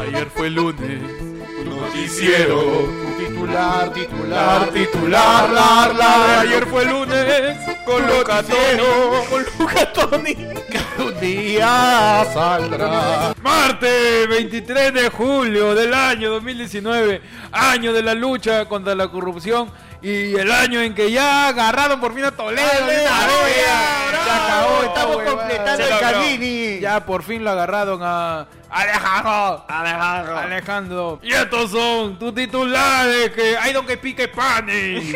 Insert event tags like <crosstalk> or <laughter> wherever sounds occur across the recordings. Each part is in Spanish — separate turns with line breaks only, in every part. Ayer fue lunes, tu noticiero. Titular, titular, titular, lar, lar. Ayer fue lunes, con Lucatoni, con Lucatoni. Un día saldrá.
Martes 23 de julio del año 2019, año de la lucha contra la corrupción y el año en que ya agarraron por fin a Toledo.
¡Ale,
¡Esta
ale,
vez!
bravo!
se acabó esta
Estamos
Oh, huevada.
completando
Se
el
logró.
Camini.
Ya por fin lo agarraron a Alejandro.
Alejandro.
Alejandro. Y estos son tus titulares que hay donde pique <laughs> panes.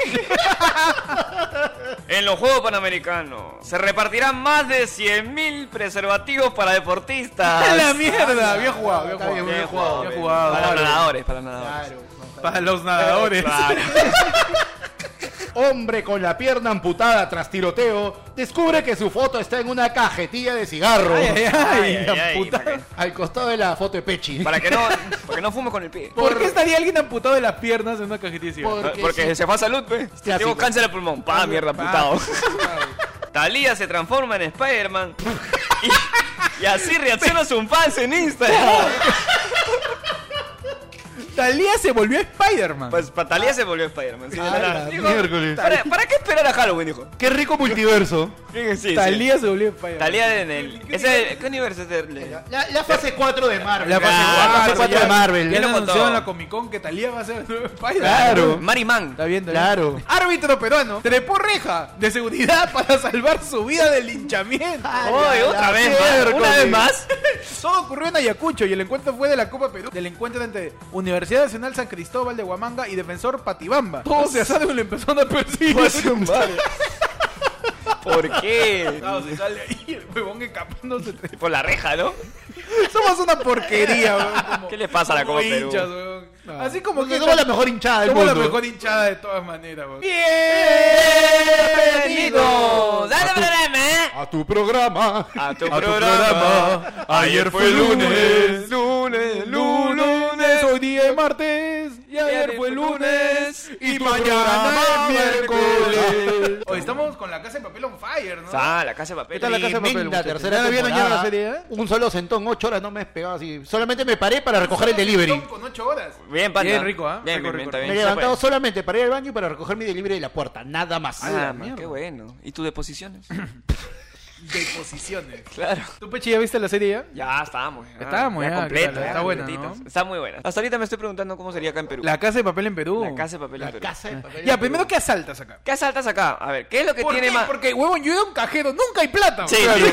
En los Juegos Panamericanos se repartirán más de 100.000 preservativos para deportistas.
<laughs> la mierda! Bien jugado, bien
Está
jugado.
bien,
Bien jugado,
bien
bien.
jugado.
Para
Claro.
nadadores, para nadadores.
Claro, compadre.
Para los <laughs> nadadores.
Hombre con la pierna amputada tras tiroteo descubre que su foto está en una cajetilla de cigarro.
Ay, ay, ay,
Ay, ay, ay,
amputado.
para que-
Al costado de la foto de Pechi.
Para que no, para que no fumes con el pie.
¿Por qué estaría alguien amputado de las piernas en una cajetilla de cigarros?
Porque
Porque, se fue a salud, pe.
Clásico.
Tengo cáncer de pulmón. Pa, mierda,
pa.
putado. Talía se transforma en Spider-Man. y, y así reacciona sus fans en Instagram.
Talía se volvió Spider-Man.
Pues pa- Talía se volvió Spider-Man. sí, de la
Ah,
nada.
la
Dijo,
miércoles.
¿para, para qué esperar a Halloween? Dijo.
Qué rico multiverso.
Sí, sí.
Talía se volvió Spider-Man.
Talía en el. ese- ¿Qué universo es de.?
La, la fase 4 de Marvel.
La fase
Claro,
cuatro,
la fase
ya-
4 de Ah, Marvel.
Ya lo
Viene con
anunciaron en
todo.
la Comic Con que Talía va a ser <laughs> el nuevo Spider-Man.
Claro.
Marimán.
Está bien, está bien.
Claro.
Árbitro peruano trepó reja de seguridad para salvar su vida del linchamiento.
Ah,
Hoy, otra vez más.
miércoles.
Una vez más.
Todo ocurrió en Ayacucho y el encuentro fue de la Copa Perú, del encuentro entre Universidad Nacional San Cristóbal de Huamanga y Defensor Patibamba. Todos se asaron y le empezaron a perseguir. <laughs>
¿Por qué?
Claro, se sale ahí el huevón escapándose.
Por la reja, ¿no?
Somos una porquería, weón. como-
¿Qué le pasa a la
como
Copa Perú?
hinchas, weón. Así como
Porque
que
somos la mejor hinchada del
somos la
mundo.
mejor hinchada de todas maneras, weón.
Bienvenidos. Dale programa.
A tu programa.
A tu
A tu programa. Ayer fue lunes.
Lunes,
lunes, hoy día es martes, y ayer fue lunes, y mañana es miércoles. Hoy estamos con la casa de papel on fire, ¿no?
Ah, la casa de papel.
¿Qué tal la casa de papel?
Tremenda
muchachos?
tercera
¿Ya la vieron ya la
temporada.
serie? eh?
Un solo sentón, 8 horas no me despegaba así. Solamente me paré para recoger el delivery.
Con ocho horas.
Bien, panda.
Bien rico, ¿ah?
Bien,
Rico,
bien,
rico,
bien, está
rico.
bien. Pues,
Me he levantado solamente para ir al baño y para recoger mi delivery de la puerta. Nada más.
Ah,
la
man,
mierda.
qué bueno. ¿Y
<laughs>
tus deposiciones?
De posiciones.
claro.
¿Tú, Pechi, ya viste la serie ya?
Ya estábamos. Ya,
Estábamos, ya,
completo.
claro, está buena,
completito.
¿no?
Está muy buena. Hasta ahorita me estoy preguntando cómo sería acá en Perú.
La casa de papel en Perú.
La casa de papel en
La
Perú.
casa de papel.
Ya, primero, ¿qué asaltas acá?
¿Qué asaltas acá? A ver, ¿qué es lo que
¿Por
tiene
qué?
más?
Porque, huevón, yo he ido a un cajero, nunca hay plata.
Sí,
weón.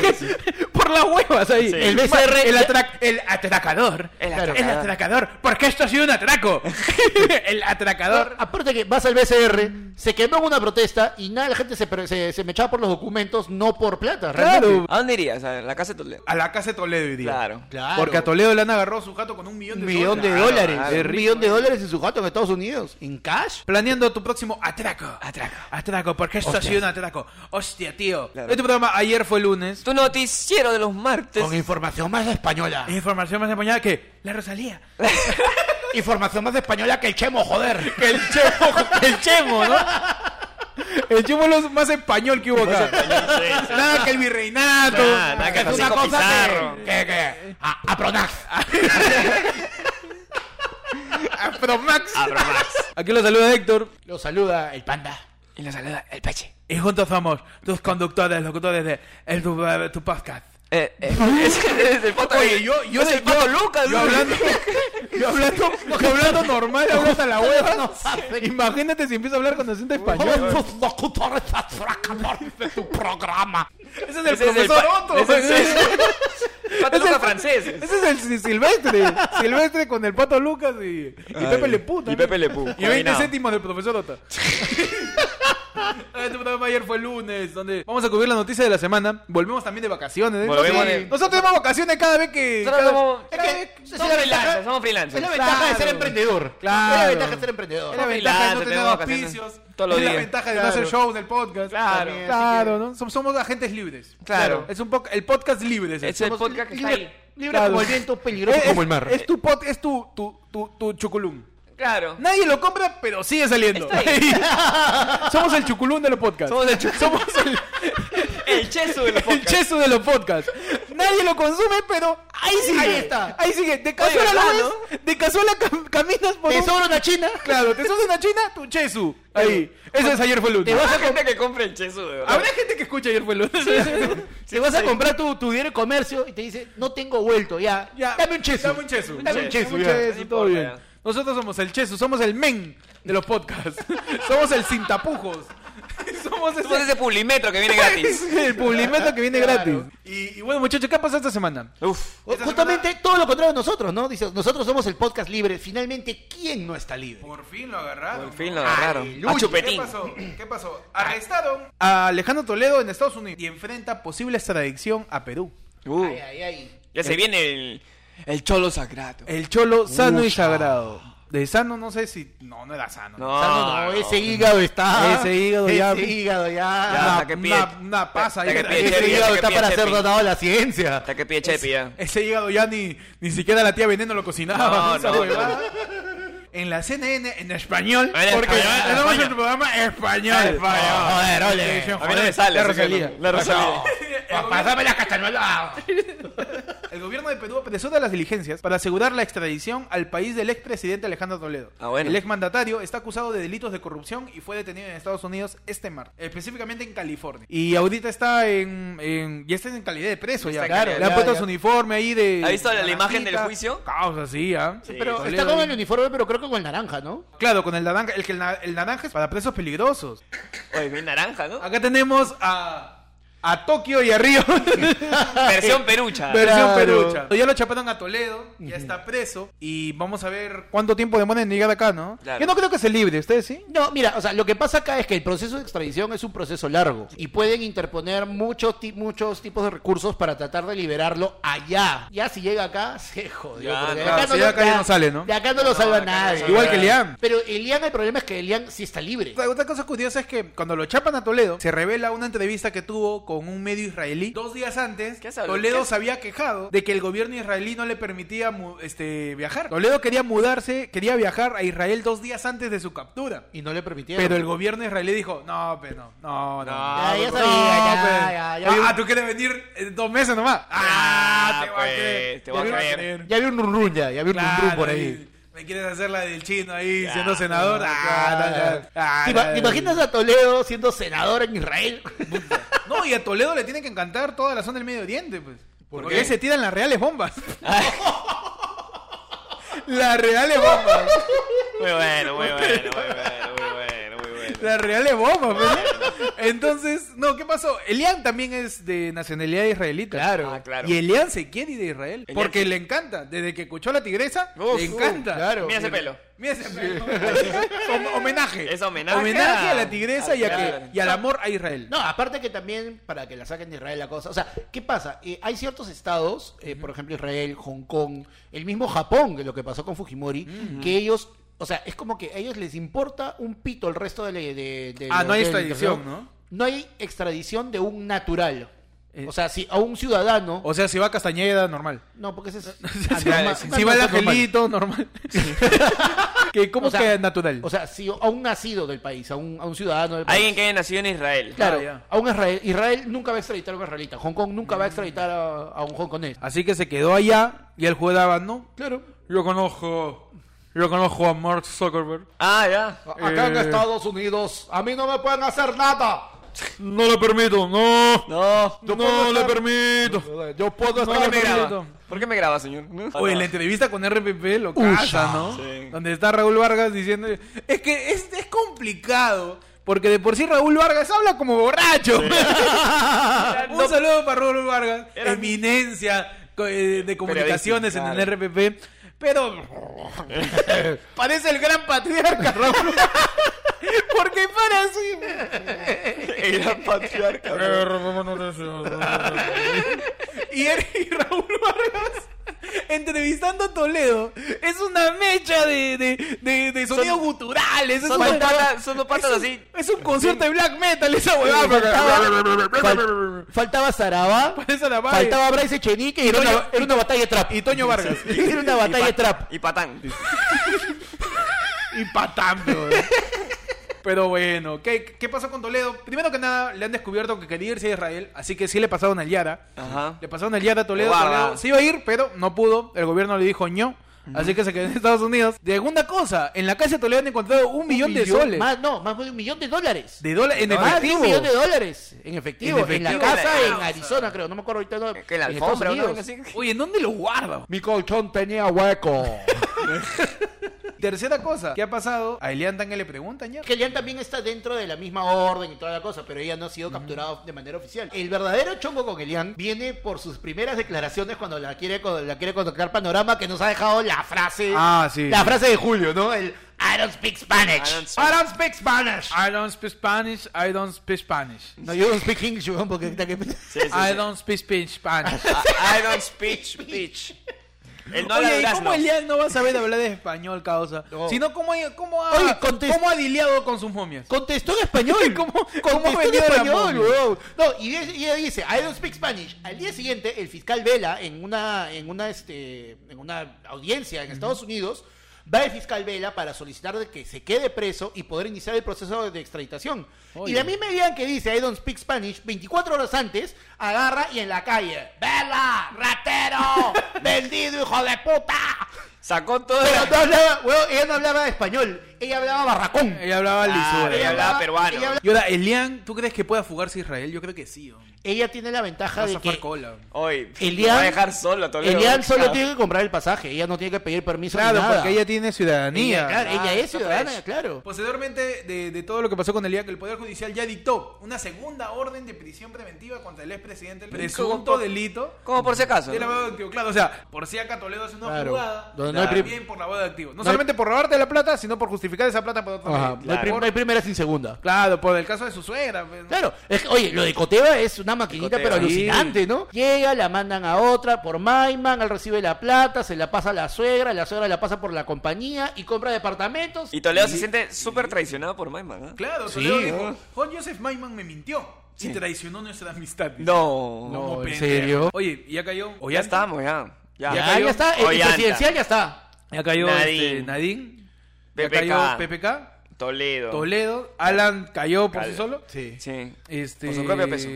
<laughs>
claro.
Por las huevas ahí.
El BCR
el, atrac- el atracador.
El
Claro.
atracador.
El atracador. Porque esto ha sido un atraco.
<laughs>
el atracador.
Aparte que vas al BCR, se quemó en una protesta y nada, la gente se, pre- se, se me echaba por los documentos, no por plata. realmente.
¿A dónde irías? A la casa de Toledo.
A la casa de Toledo iría.
Claro.
Claro.
Porque a Toledo le han agarrado su gato con un millón de
un millón de
dólares.
dólares.
claro,
un millón de dólares en su gato en Estados Unidos. ¿En cash?
Planeando tu próximo atraco. Atraco. Atraco, porque esto ha sido un atraco. Hostia, tío.
Claro.
Este programa ayer fue lunes.
Tu noticiero de los martes.
Con información más
Ah.
española.
Información más empeñada que la Rosalía.
información más española <laughs> que el chemo, joder.
Que el chemo, el chemo, ¿no? <laughs> El chemo es lo más español que hubo acá. Nada que el virreinato.
Nada, nada que
Es una
Francisco
cosa que-
Pizarro.
que... que-
A, a
<laughs>
Pronax.
Afromax.
Abra más.
Aquí lo saluda Héctor.
Lo saluda el panda.
<laughs> Y nos saluda el peche.
Y juntos somos tus conductores, locutores de el, tu, tu podcast.
Eh, eh, <laughs> es, es el foto
Oye, yo- yo
es
de-
el foto Lucas.
Yo
¿no? <laughs>
hablando, yo hablando, yo hablando normal, hablas a la hueva.
No,
Imagínate si empiezo a hablar con acento español.
Los locutores atracan de tu programa.
Ese es el
Ese es el
profesor
pa-
Otto.
ese es- ese es- <laughs>
<laughs>
Pato
Ese
Lucas
fue-
francés.
Ese es el si- Silvestre. Silvestre con el pato Lucas y, y Pepe Le Pú. también.
Pepe Le Pú,
Y 20
combinado.
céntimos del profesor Ota. <laughs> Este programa ayer fue lunes, donde vamos a cubrir la noticia de la semana. Volvemos también de vacaciones. ¿eh?
Volvemos
Nosotros-
de-
Nosotros tenemos vacaciones cada vez que.
Nosotros
cada-
somos-
cada vez-
Es que-
Somos freelancers,
Es
somos
la
freelancers.
ventaja de ser
Claro.
emprendedor.
Claro.
Es la ventaja de ser emprendedor.
Es la ventaja de no tener
tenemos vacaciones
auspicios.
todos los
es la
días.
ventaja de no
Claro.
hacer shows del podcast.
Claro.
También, Claro, ¿no? Som- Somos agentes libres.
Claro.
Es un poco el podcast libre. es
Es
el-
el podcast que está
Libre,
ahí.
libre
Claro.
como el viento, peligroso
Es-
como el mar.
Es tu pod, es tu, tu, tu, tu chuculum.
Claro.
Nadie lo compra, pero sigue saliendo.
Está
<laughs> Somos el
<laughs>
chuculum de los podcasts.
Somos el chu-
<laughs> Somos el,
El cheso de
el
los podcasts.
cheso de los podcasts.
Nadie lo consume, pero ahí sigue.
Ahí está.
Ahí sigue. De cazuela
Oye,
lo
¿verdad,
ves, De cazuela cam- caminas por
Te
un...
sobra
<laughs>
una china.
Claro, te subes en la China, tu chesu. Ahí. Eso es ayer fue el lunes.
Habrá gente que compre el chesu, de verdad.
Habrá gente que escucha ayer fue el lunes. <laughs>
te vas a comprar tu, tu dinero de comercio y te dice, no tengo vuelto, ya.
Ya,
Dame un cheso.
Dame un cheso.
Dame un cheso, ya.
cheso,
No
todo
importa,
bien.
ya.
Nosotros somos el cheso, somos el men de los podcasts. somos el sin tapujos. somos
Somos <laughs>
ese,
ese pulimetro
<laughs>
que viene gratis.
el publimetro que viene
Claro.
gratis. Y, y bueno, muchachos, ¿qué ha pasado esta semana?
Uf.
O- Justamente todo lo contrario de nosotros, ¿no? Dice, nosotros somos el podcast libre. Finalmente, ¿quién no está libre?
Por fin lo agarraron.
Por fin lo agarraron.
Aleluya.
A
¿Qué
chupetín.
pasó? ¿Qué pasó? Arrestaron a Alejandro Toledo en Estados Unidos y enfrenta posible extradición a Perú.
Uh,
Ay, ay, ay.
ya se viene el, el cholo sagrado.
El cholo sano y sagrado. De sano no sé si... No, no era sano.
No,
Sano, Ah, no, ese hígado está.
<laughs> Ese hígado ya-
Ah, Ese hígado
Ya,
ya.
hasta que pide-
una- una pasa
hasta
ahí.
que pide
Ese
Chepi,
<laughs>
hígado
hasta que
está
pide
para ser
Chepi.
donado a la ciencia.
Está que pide chepi ya.
Ese hígado ya ni, ni siquiera la tía Veneno lo cocinaba.
No,
<laughs> esa
no.
huevada. En la CNN en español.
En
porque
español, en
tenemos
español.
un programa español.
En español.
Joder, ole.
Eh,
A mí no me sale.
La
así que
Rosalía.
no. La Rosalía.
Pásame la castañuela.
El gobierno de Perú apresura las diligencias para asegurar la extradición al país del expresidente Alejandro Toledo.
Ah, bueno.
El exmandatario está acusado de delitos de corrupción y fue detenido en Estados Unidos este martes, específicamente en California. Y ahorita está en, en- ya está en calidad de preso ya.
Está en calidad,
Le han
ya,
puesto
ya.
su uniforme ahí de
¿Ha visto la- la imagen
naranjita.
del juicio?
Causa, sí, ¿ah?
Pero
Toledo
está con
ahí.
el uniforme, pero creo que con el naranja, ¿no?
Claro, con el naranja, el que el, na- el naranja es para presos peligrosos.
Oye, bien naranja, ¿no?
Acá tenemos a a Tokio y a
<laughs>
Río.
Versión perucha.
Versión
Claro.
perucha. Ya lo chaparon a Toledo, ya está preso. Y vamos a ver cuánto tiempo demoran en llegar acá, ¿no?
Claro.
Yo no creo que se libre, ¿ustedes sí?
No, mira, o sea, lo que pasa acá es que el proceso de extradición es un proceso largo y pueden interponer muchos, ti- muchos tipos de recursos para tratar de liberarlo allá. Ya si llega acá, <laughs> se jodió.
Ya,
porque de
claro,
si llega acá ya no sale, ¿no?
De acá no lo salva
acá no
nadie.
salva
Igual que Liam.
Pero Elian, el problema es que Elian sí está libre.
Otra- Otra cosa curiosa es que cuando lo chapan a Toledo, se revela una entrevista que tuvo con un medio israelí. Dos días antes,
¿Qué sabe?
Toledo
¿Qué?
se había quejado de que el gobierno israelí no le permitía mu- este, viajar. Toledo quería mudarse, quería viajar a Israel dos días antes de su captura.
Y no le permitieron.
Pero el gobierno israelí dijo, no, pero no, no, no.
Ya, ya
no,
sabía, ya,
pues.
ya, ya.
Ah, ¿tú quieres venir en dos meses nomás? Ah, te voy a
pues,
creer.
te voy a
voy
creer.
Ya había un run ya, ya había un
Claro,
rumrum por ahí.
Me quieres hacer la del chino ahí,
Ya,
siendo senador. Ah, no, ya. Ah,
¿Te,
no,
ima-
no.
te imaginas a Toledo siendo senador
<laughs>
en Israel? <laughs>
No, y a Toledo le tiene que encantar toda la zona del Medio Oriente, pues.
¿Por
Porque
qué?
ahí se tiran las reales bombas. <laughs> las reales bombas.
Muy bueno, muy bueno, muy bueno, muy bueno, muy bueno.
Las reales bombas, pues. Entonces, no, ¿qué pasó? Elian también es de nacionalidad israelita.
Claro.
Ah, claro.
Y Elian se quiere ir de Israel.
Elian
Porque
sí.
le encanta. Desde que escuchó a la tigresa,
Uf,
le
uf,
encanta.
claro.
Mira ese pelo.
Mira ese pelo. Hom- homenaje.
Es homenaje.
Homenaje a
Ah,
la tigresa y, a que-
claro.
y al amor a Israel.
No, aparte que también para que la saquen de Israel la cosa. O sea, ¿qué pasa? Eh, hay ciertos estados, eh, por ejemplo Israel, Hong Kong, el mismo Japón, que lo que pasó con Fujimori, que ellos, o sea, es como que a ellos les importa un pito el resto de... la- de- de-
Ah, no hay
de- de-
extradición, ¿no?
No hay extradición de un natural.
Eh.
O sea, si a un ciudadano...
O sea, si va a Castañeda, normal.
No, porque
<laughs>
ese es...
si,
anormal.
si va el
Una cosa normal.
angelito, normal. <laughs> que, ¿Cómo
O sea,
que natural?
O sea, si a un nacido del país, a un, a un ciudadano del país...
Alguien que haya nacido en Israel.
Claro,
Ah, ya. Mm.
a un Israel, Israel nunca va a extraditar a un israelita. Hong Kong nunca va a extraditar a, a un hongkonés.
Así que se quedó allá y él juraba, no,
Claro.
yo conozco, yo conozco a Mark Zuckerberg.
Ah, ya.
Acá en
Eh.
Estados Unidos, a mí no me pueden hacer nada.
No le permito, no, no,
No.
le permito.
Yo puedo
No,
¿Por qué
estar
me
no,
graba?
no.
¿Por qué me graba, señor?
Oye, la entrevista con RPP lo casa, ¿no?
Sí.
Donde está Raúl Vargas diciendo, es que es, es complicado. Porque de por sí Raúl Vargas habla como borracho. <laughs> Un
No-
saludo para Raúl Vargas,
Era-
eminencia co- eh, de comunicaciones en el RPP. <laughs> Pero parece el gran patriarca, <laughs> Raúl. Porque para así.
Era patriarca.
y él y Raúl Vargas entrevistando a Toledo. Es una mecha de, de, de, de sonidos guturales. Es
Son
una-
dos patas, son dos
es
patas
un-
así.
Es un concierto de black metal esa huevada.
Fal- faltaba Sarabá,
Parece la madre.
faltaba Bryce Echenique y era una, era una batalla de trap.
Y Toño Vargas.
<laughs> Era una batalla de trap.
Y patán.
Y patán, bro. Pero bueno, ¿qué, ¿qué pasó con Toledo? Primero que nada, le han descubierto que quería irse a Israel, así que sí le pasaron al Yara.
Ajá.
Le pasaron al Yara a Toledo.
Guarda.
Toledo se iba a ir, pero no pudo. El gobierno le dijo ño. Así que se quedó en Estados Unidos. Segunda cosa, en la calle de Toledo han encontrado un, millón, de soles.
Más, no, más de un millón de dólares.
De dólares en
Más de
efectivo.
un millón de dólares en efectivo,
En
en,
efectivo.
la casa
Ah, o
en
sea.
Arizona, creo. No me acuerdo ahorita. no,
Que la
en Estados
alfombra, una
Unidos.
vaina así.
Oye, ¿en dónde lo guarda?
Mi colchón tenía hueco.
<laughs> Tercera cosa, ¿qué ha pasado? A Elian Tanque le preguntan ya.
que Lian también está dentro de la misma orden y toda la cosa, pero ella no ha sido capturada de manera oficial. El verdadero chongo con Elian viene por sus primeras declaraciones cuando la quiere cuando la quiere contactar Panorama, que nos ha dejado la frase.
Ah, sí.
La frase de Julio, ¿no? El I don't speak Spanish.
I don't speak-
speak Spanish.
I don't speak Spanish, I don't speak Spanish.
No, yo don't speak English, weón, porque ahorita que...
Sí, sí,
I
sí.
don't speak Spanish, <laughs> Spanish.
I, I don't speak, bitch. El no
Oye, ¿y
habla
cómo
duraznos.
Elian no va a saber hablar de español, causa?
No.
Sino, ¿cómo, cómo, ha,
Oye, contest-
¿cómo ha dileado con sus momias?
Contestó en español.
<laughs> ¿Cómo- cómo
Contestó en
venía la
español,
momia?
weón. No, y es- y ella dice, I don't speak Spanish. Al día siguiente, el fiscal Vela, en una, en una, este, en una audiencia en Estados Unidos, va el fiscal Vela para solicitar de que se quede preso y poder iniciar el proceso de extraditación.
Oye.
Y la misma idea que dice I don't speak Spanish, 24 horas antes, agarra y en la calle, ¡Vela!
<laughs>
¡Ratero! ¡Vendido, hijo de puta!
Sacó todo
Pero
el-
no hablaba, weón, ella no hablaba español, ella hablaba barracón.
Ella hablaba
Ah,
lisura.
ella hablaba peruano.
ella hablaba-
Y ahora, Elian, ¿tú crees que pueda fugarse a Israel? Yo creo que sí. hombre.
Ella tiene la ventaja
Va a
de
zafar
que
cola.
Hoy.
Elian-
va a dejar solo a Toledo.
Elian solo
Claro.
tiene que comprar el pasaje, ella no tiene que pedir permiso ni
Claro,
nada.
porque ella tiene ciudadanía.
Ella, claro, ella
Ah,
es
eso
ciudadana,
es.
claro.
Posteriormente de, de todo lo que pasó con Elian, el Poder Judicial ya dictó una segunda orden de prisión preventiva contra el expresidente. Presunto
Como-
delito.
Como por si acaso.
De la
¿no?
boda de activo, claro, o sea, por si acá Toledo hace una
Claro,
jugada,
donde no hay prim-
también por la boda de activo. No,
hay-
solamente por robarte la plata, sino por justificar esa plata para otro
Ajá,
medio.
No, hay prim- no hay primera sin segunda.
Claro, por el caso de su suegra. pues, ¿no?
Claro, es que, oye, lo de Coteva es una maquinita
Coteva.
pero alucinante, ¿no? Llega, la mandan a otra por Maiman, él recibe la plata, se la pasa a la suegra, la suegra la pasa por la compañía y compra departamentos.
Y Toledo se siente súper traicionado por Maiman, ¿ah?
Claro,
Sí,
Toledo
¿no?
dijo, Juan Joseph Maiman me mintió y traicionó nuestra amistad. dice.
No.
Como
No, ¿en
pendejo.
serio?
Oye, ¿y ya cayó.
O ya estamos, ya. Ya.
Ya,
Ya
ya,
cayó.
está, eh, el
Ollanta.
presidencial ya está.
Ya cayó
Nadine.
este, Nadine.
PPK.
Ya cayó PPK.
Toledo.
Toledo. Alan cayó por sí
Cal-
solo.
Sí.
Sí.
Este...
Por su propio peso.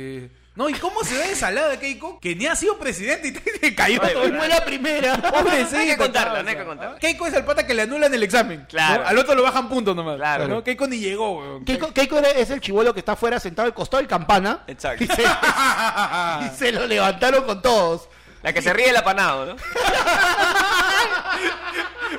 No, ¿y cómo se ve ensalada Keiko? Que ni ha sido presidente y <laughs> te cayó
Oye,
todo
Hoy fue la primera. <laughs>
Pobrecita,
No hay que contarla,
causa.
no hay que contarla.
Keiko es el pata que le anulan el examen.
Claro.
¿no? Al otro lo bajan puntos nomás.
Claro.
¿no? Keiko ni llegó, weón. <laughs>
Keiko, Keiko es el chivolo que está afuera sentado al costado del campana.
Exacto.
Y se,
Ah.
<laughs> y se lo levantaron con todos.
La que se ríe el apanado, ¿no?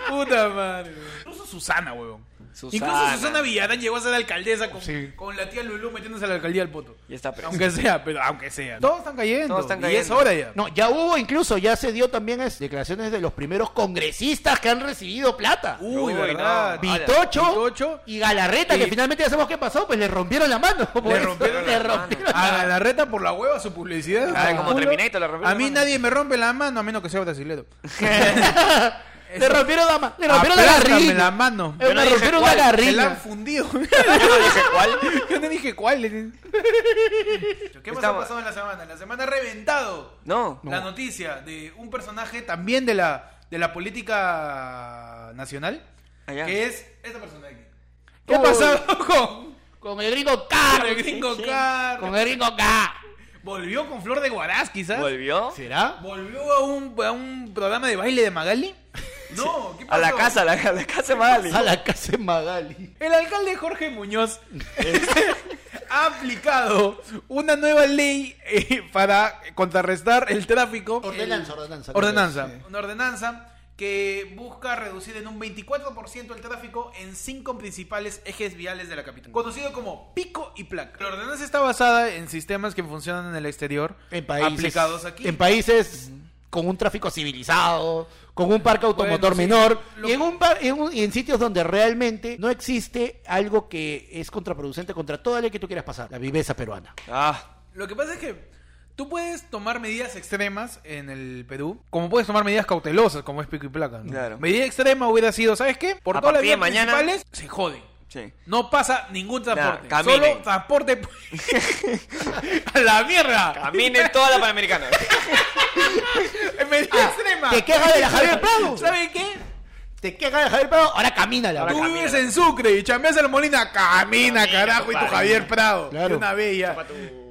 Puta madre. weón. Incluso Susana, weón.
Susana.
Incluso Susana Villarán llegó a ser alcaldesa con, con la tía Lulú metiéndose a la alcaldía del poto.
Y está presa.
Aunque sea, pero aunque sea. Todos están cayendo.
Todos están
Y es
cayendo.
hora ya.
No, ya hubo incluso, ya se dio también es, declaraciones de los primeros congresistas que han recibido plata.
Uy,
Uy,
verdad.
no.
Vitocho,
Vitocho.
y Galarreta,
Y-
que finalmente ya sabemos qué pasó, pues le rompieron la mano. por eso, <laughs>
rompieron Ah,
le
la mano.
rompieron la-
A la reta por la hueva su publicidad.
Ah, como
Culo.
Terminator, le rompió
A
la
mí
mano.
nadie me rompe la mano, a menos que sea brasilero.
<laughs>
<laughs>
Le rompieron la mano. Le rompieron la
Aplástame
garrilla.
la mano.
Eh,
Yo no
le
dije
rompieron la
cuál,
Me la
garrilla.
han fundido.
<laughs> Yo no dije cuál.
<laughs> Yo no dije cuál. ¿Qué más ha
Estamos-
pasado en la semana? En la semana ha reventado
No.
la noticia de un personaje también de la, de la política nacional,
Ah, ya.
que es esta persona de aquí.
¿Qué
Oh.
ha
Uy.
pasado
<laughs> con,
Con el gringo K.
con el gringo Carr?
Con el gringo K.
Volvió con Flor de Guaraz, quizás.
¿Volvió?
¿Será?
¿Volvió a un, a un programa de baile de
<laughs>
Magali? No, ¿qué pasó?
A la casa, a la, a la casa Mali.
A la casa de Magali.
El alcalde Jorge Muñoz este, ha aplicado una nueva ley eh, para contrarrestar el tráfico.
Ordenanza, ordenanza.
Ordenanza. Una ordenanza que busca reducir en un 24% el tráfico en cinco principales ejes viales de la capital, conocido como pico y placa. La ordenanza está basada en sistemas que funcionan en el exterior,
En países,
aplicados aquí.
En países con un tráfico civilizado, con un parque
Bueno,
automotor
sí.
menor,
Lo-
y en, un par- en, un- y en sitios donde realmente no existe algo que es contraproducente contra toda ley que tú quieras pasar, la viveza peruana.
Ah,
Lo que pasa es que tú puedes tomar medidas extremas en el Perú, como puedes tomar medidas cautelosas, como es pico y placa. ¿no?
Claro.
Medida extrema hubiera sido, ¿sabes qué? Por
A
todas las
partir de
vías
mañana-
principales se joden.
sí.
No pasa ningún transporte.
Nada, caminen.
solo transporte. <laughs> pues, ¡A la mierda!
Camine toda la Panamericana.
Medida extrema.
Ah,
Ah,
¿Te quejas de la Javier Prado?
¿Saben qué?
te quejas de Javier Prado, ahora camina la
Tú vives en Sucre y chambeas en la Molina, camina, carajo, y tu Javier Prado.
Claro.
de Una bella.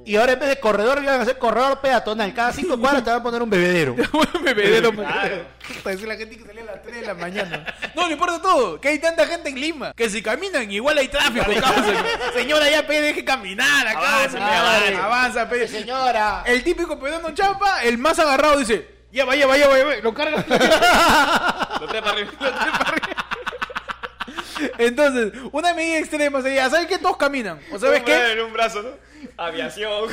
Y ahora en vez de corredor, van a hacer corredor peatonal. Cada cinco cuadras te van a poner
<laughs>
un bebedero.
Un bebedero. Puta, es Ah, la gente que salía a las 3 de la mañana. No, le importa todo, que hay tanta gente en Lima, que si caminan igual hay tráfico. causa. Señora, ya pide que caminar acá.
Avanza,
señora.
avanza.
avanza, pe.
Señora.
El típico pedano chapa, el más agarrado dice, ya va, ya va, ya va, ya va", lo carga.
Lo trepa arriba.
Entonces, una medida extrema sería, ¿sabes qué? Todos caminan. ¿O sabes qué?
En un brazo, ¿no? Aviación.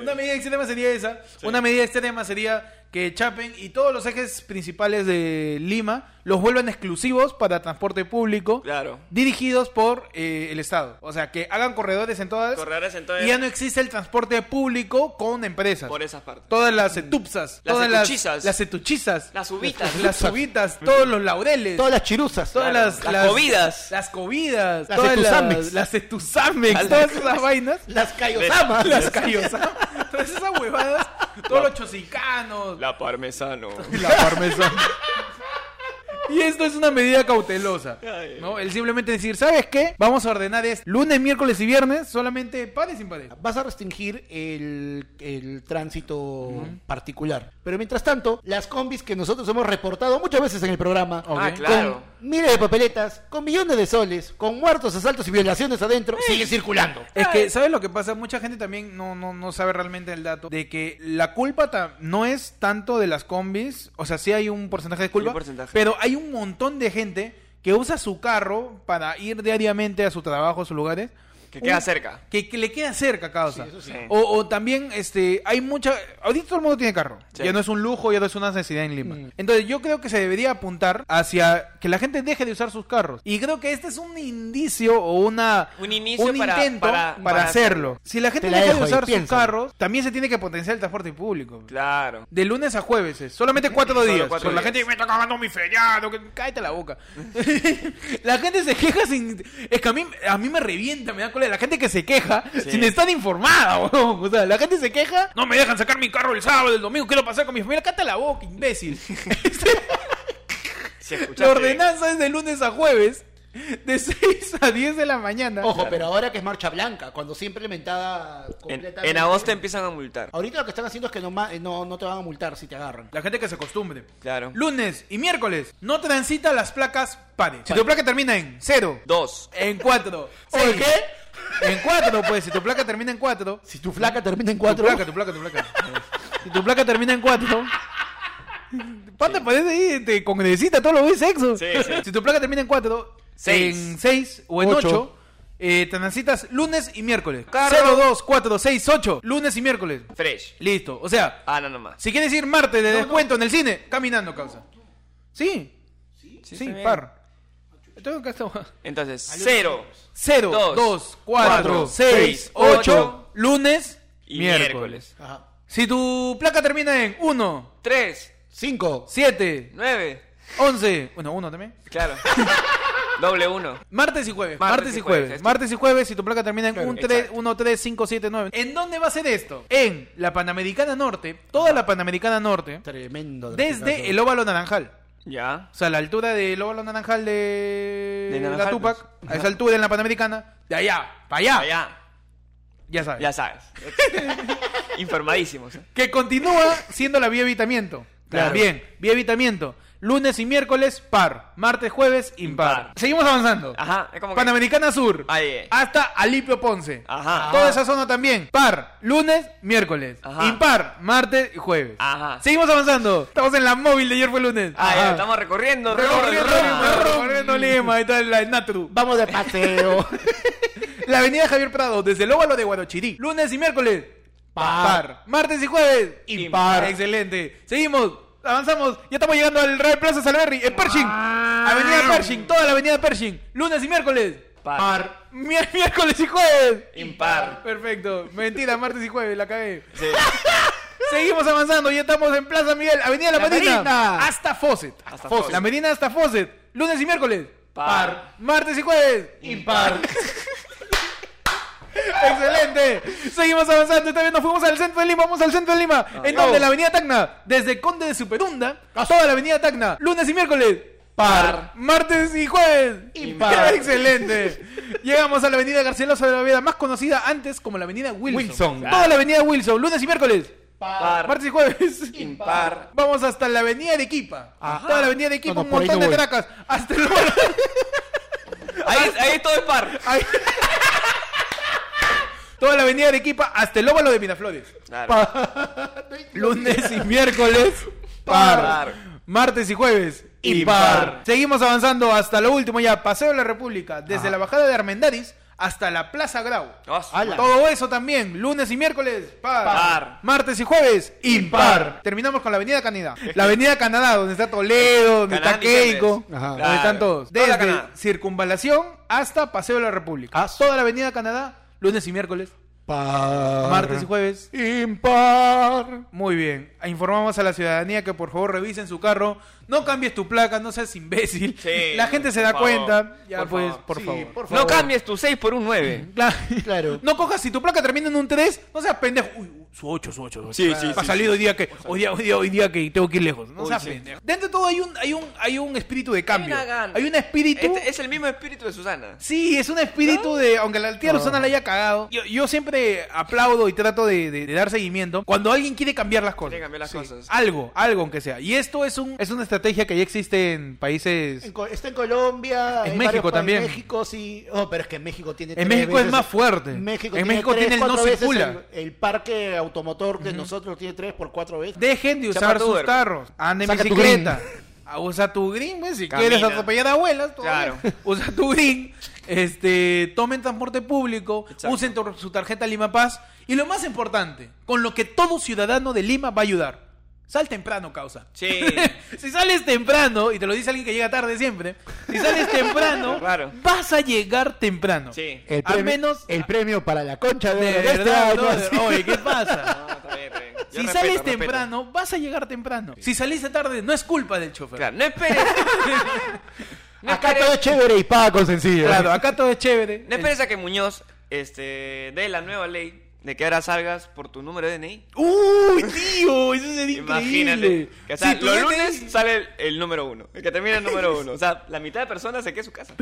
Una medida extrema sería esa. Una medida extrema sería que chapen y todos los ejes principales de Lima los vuelvan exclusivos para transporte público.
Claro.
Dirigidos por eh, el Estado. O sea, que hagan corredores en todas.
Corredores en todas.
Y ya no existe el transporte público con empresas.
Por esas partes.
Todas las etupsas.
Las
todas las-
etuchizas.
Las etuchizas.
Las ubitas.
<laughs> Las ubitas. Todos los laureles.
<laughs> Todas las chiruzas.
todas
Claro.
las,
Las covidas.
Las covidas.
Las
todas
etusamex.
Las, las etusamex,
Las-
todas esas vainas. <laughs>
Las cayosamas.
Las callosamas. Todas esas huevadas. Todos los chosicanos.
La parmesano.
La parmesana. Y esto es una medida cautelosa, ¿no? El simplemente decir, ¿sabes qué? Vamos a ordenar es lunes, miércoles y viernes solamente pares sin pares.
Vas a restringir el, el tránsito particular. Pero mientras tanto, las combis que nosotros hemos reportado muchas veces en el programa,
Ok.
Ah, claro.
con miles de papeletas, con millones de soles, con muertos, asaltos y violaciones adentro, siguen circulando.
Es que, ¿sabes lo que pasa? Mucha gente también no, no, no sabe realmente el dato de que la culpa ta- no es tanto de las combis, o sea, sí hay un porcentaje de culpa,
un porcentaje.
pero hay un montón de gente que usa su carro para ir diariamente a su trabajo, a sus lugares.
Que queda
Un-
cerca.
Que, que le queda cerca, causa.
sí.
o, o también, este, hay mucha... Ahorita todo el mundo tiene carro.
Sí.
Ya no es un lujo, ya no es una necesidad en Lima.
Mm.
Entonces yo creo que se debería apuntar hacia que la gente deje de usar sus carros. Y creo que este es un indicio o una...
Un inicio para-
intento
para-
para,
para
hacerlo. Si la gente
Te la
deja de
dejo ahí,
usar sus
piénsalo.
carros, también se tiene que potenciar el transporte público.
Claro.
De lunes a jueves, es. solamente cuatro
Solo
días.
cuatro
Pero La
días.
gente me está acabando mi feriado, que- cállate la boca. <laughs> la gente se queja sin. Es que a mí, a mí me revienta, me da cólera. La gente que se queja sin estar informada, <laughs> weón. O sea, la gente se queja. No me dejan sacar mi carro el sábado, el domingo, quiero pasar con mi familia. Cállate la boca,
<laughs>
imbécil. Este,
Si
la
escuchaste
ordenanza es de lunes a jueves, de 6 a 10 de la mañana.
Ojo, pero ahora que es marcha blanca, cuando sea implementada
bien, En,
completamente.
en agosto em- empiezan a multar.
Ahorita lo que están haciendo es que no, ma- eh, no, no te van a multar si te agarran.
La gente que se acostumbre.
Claro.
Lunes y miércoles no transita las placas pares. Si tu placa termina en 0,
Dos.
En
<laughs>
cuatro.
¿O
Seis.
qué?
En cuatro, pues. Si tu placa termina en cuatro.
Si tu flaca termina en
Tu
cuatro.
placa, tu placa, tu
<laughs>
placa. Si tu placa termina en cuatro. Pata, parece ahí te congresita, todo lo ves sexo.
Sí, sí.
Si tu placa termina en cuatro,
Seis.
en seis o en
Ocho.
ocho, eh, te necesitas lunes y miércoles.
Carro.
0, 2, 4, 6, 8. Lunes y miércoles.
Fresh.
Listo. O sea,
Ah, no, nomás.
si quieres ir martes de descuento en el cine, caminando, causa. Sí. Sí,
está bien.
par. Tengo que estar.
Entonces, cero.
0,
Dos,
2, 4,
cuatro,
6,
seis,
8,
ocho,
lunes
Y
miércoles.
miércoles.
Ajá.
Si tu placa termina en 1,
Tres.
Cinco.
7,
Nueve.
11, bueno, 1 también. <laughs>
Claro. Doble uno.
Martes y jueves, martes, y jueves,
esto.
martes y jueves, si tu placa termina en
Claro.
1, 3,
Exacto.
1, 3, 5, 7, 9. ¿En dónde va a ser esto? En la Panamericana Norte, toda la Panamericana Norte,
Tremendo.
desde el óvalo naranjal.
Ya.
O sea, la altura del óvalo naranjal de,
De Naranjal,
la Tupac,
pues.
a esa altura en la Panamericana, de allá, para allá,
Allá.
ya sabes. <laughs>
Ya sabes. Informadísimos. ¿eh?
Que continúa siendo la vía evitamiento.
Claro.
Bien, vía evitamiento. Lunes y miércoles, par. Martes, jueves, impar.
Impar.
Seguimos avanzando.
Ajá. Es como que...
Panamericana Sur.
Ahí, eh.
Hasta Alipio Ponce.
Ajá.
Toda esa zona también. Par. Lunes, miércoles.
Ajá.
Impar. Martes y jueves.
Ajá.
Seguimos avanzando. Estamos en la móvil de ayer fue lunes.
Ah, ya,
Ajá.
estamos recorriendo.
Recorriendo Lima,
Ah.
recorriendo Lima y tal, la Natru.
Vamos de paseo.
<laughs>
<laughs> La avenida Javier Prado, desde el óvalo de Guarochirí. Lunes y miércoles.
Par.
Martes y jueves.
Impar.
Excelente. Seguimos. Avanzamos. Ya estamos llegando al Real Plaza Salverri. En Pershing. Avenida Pershing. Toda la avenida Pershing. Lunes y miércoles.
Par.
Mier- <laughs> miércoles y jueves.
Impar.
Perfecto. Mentira, martes y jueves. La cagué.
Sí.
<laughs> Seguimos avanzando. Ya estamos en Plaza Miguel. Avenida La,
La
Marina.
Marina.
Hasta Fawcett.
Hasta Fawcett.
La Marina hasta Fawcett. Lunes y miércoles.
Par.
<laughs>
Martes y jueves.
Impar.
Excelente. Seguimos avanzando. Esta vez nos fuimos al centro de Lima. Vamos al centro de Lima. en donde la avenida Tacna, desde Conde de Superunda, a toda la avenida Tacna, lunes y miércoles. Par. Martes y jueves. <laughs>
Impar.
Excelente. Llegamos a la avenida Garcelosa de la Veda, más conocida antes como la avenida Wilson.
Wilson.
Toda la avenida Wilson, lunes y miércoles.
Par.
Martes y jueves.
Impar.
Vamos hasta la avenida Arequipa. Toda la avenida Arequipa,
No, no,
un
por ahí
montón
no
de
voy.
tracas. Hasta el lugar.
Ahí, ahí todo es par.
Ahí- Toda la avenida Arequipa hasta el óvalo de Pinaflores.
Claro.
Lunes y miércoles.
Par.
Par. Martes y jueves. Impar. Seguimos avanzando hasta lo último ya. Paseo de la República. Desde la bajada de Armendaris hasta la Plaza Grau.
Ah, su-
Ala.
Todo eso también. Lunes y miércoles. Par.
Par.
Martes y jueves. Impar. Terminamos con la avenida
<laughs>
Canadá. La avenida Canadá, donde está Toledo, donde
Canadá
está Keiko.
Nicemes.
Ajá.
Donde
Claro.
están todos.
Toda la
Desde
Canadá.
Circunvalación hasta Paseo de la República. Ah, Toda la avenida Canadá. Lunes y miércoles.
Par.
Martes y jueves.
Impar.
Muy bien, informamos a la ciudadanía que por favor revisen su carro, no cambies tu placa, no seas imbécil.
Sí,
la gente se
por
da
favor.
cuenta, ya
Por
pues,
favor.
por
Sí,
favor.
por
No
favor.
cambies tu 6 por un 9.
Cla-
Claro.
No cojas, si tu placa termina en un 3, no seas pendejo. Uy, uy, su 8, su 8.
Sí, sí,
Va a
sí,
salir hoy día que hoy día, hoy día, hoy día que tengo que ir lejos, no
Uy,
seas
sí.
pendejo. Dentro de todo hay un hay un hay un espíritu de cambio.
una gana.
Hay un espíritu
Este es el mismo espíritu de Susana.
Sí, es un espíritu de, aunque la tía Rosana la haya cagado, yo, yo siempre aplaudo y trato de, de- de dar seguimiento cuando alguien quiere cambiar las cosas.
Quiere cambiar las cosas.
Algo, algo aunque sea. Y esto es un es una estrategia que ya existe en países...
En Co- está en Colombia.
En
hay
México
varios países.
también.
En México sí. Oh, pero es que en México tiene.
En
tres
México es
veces-
más fuerte.
México
En
tiene
México
tres,
tiene el no
cuatro veces
circula.
El, el parque automotor de nosotros tiene tres por cuatro veces.
Dejen de
Chapa
usar
tu
sus
Uber.
carros. Anda en
Saca tu
bicicleta. Ah, Usa tu green, pues, si
Camina.
quieres atropellar abuelas,
Claro.
claro. <laughs> usa tu green, este, tomen transporte público,
Exacto.
usen tu- su tarjeta Lima Paz y lo más importante, con lo que todo ciudadano de Lima va a ayudar. Sal temprano, causa. <laughs>
Sí.
si sales temprano, y te lo dice alguien que llega tarde siempre, si sales temprano,
<laughs> Claro.
vas a llegar temprano.
Sí.
El
Al
premio-
menos-
El premio para la concha de,
De
oro de este
verdad,
año,
brother.
así.
Oye, ¿qué
<laughs>
pasa?
No, está bien, está bien. Yo
Si
respeto,
sales
respeto.
temprano, vas a llegar temprano. Si saliste tarde, no es culpa del chofer.
Claro,
<laughs>
no esperes. no,
Acá
esperes
todo es chévere y paga con sencillo.
Claro, acá todo es
<laughs>
chévere.
no esperes a que Muñoz este, dé la nueva ley de que ahora salgas por tu número de DNI.
¡Uy, tío! Eso sería
Imagínate.
increíble.
Que, o sea,
Si tu
los
DNI
lunes sale el, el número uno. El que termina el número uno. O sea, la mitad de personas se queda en su casa.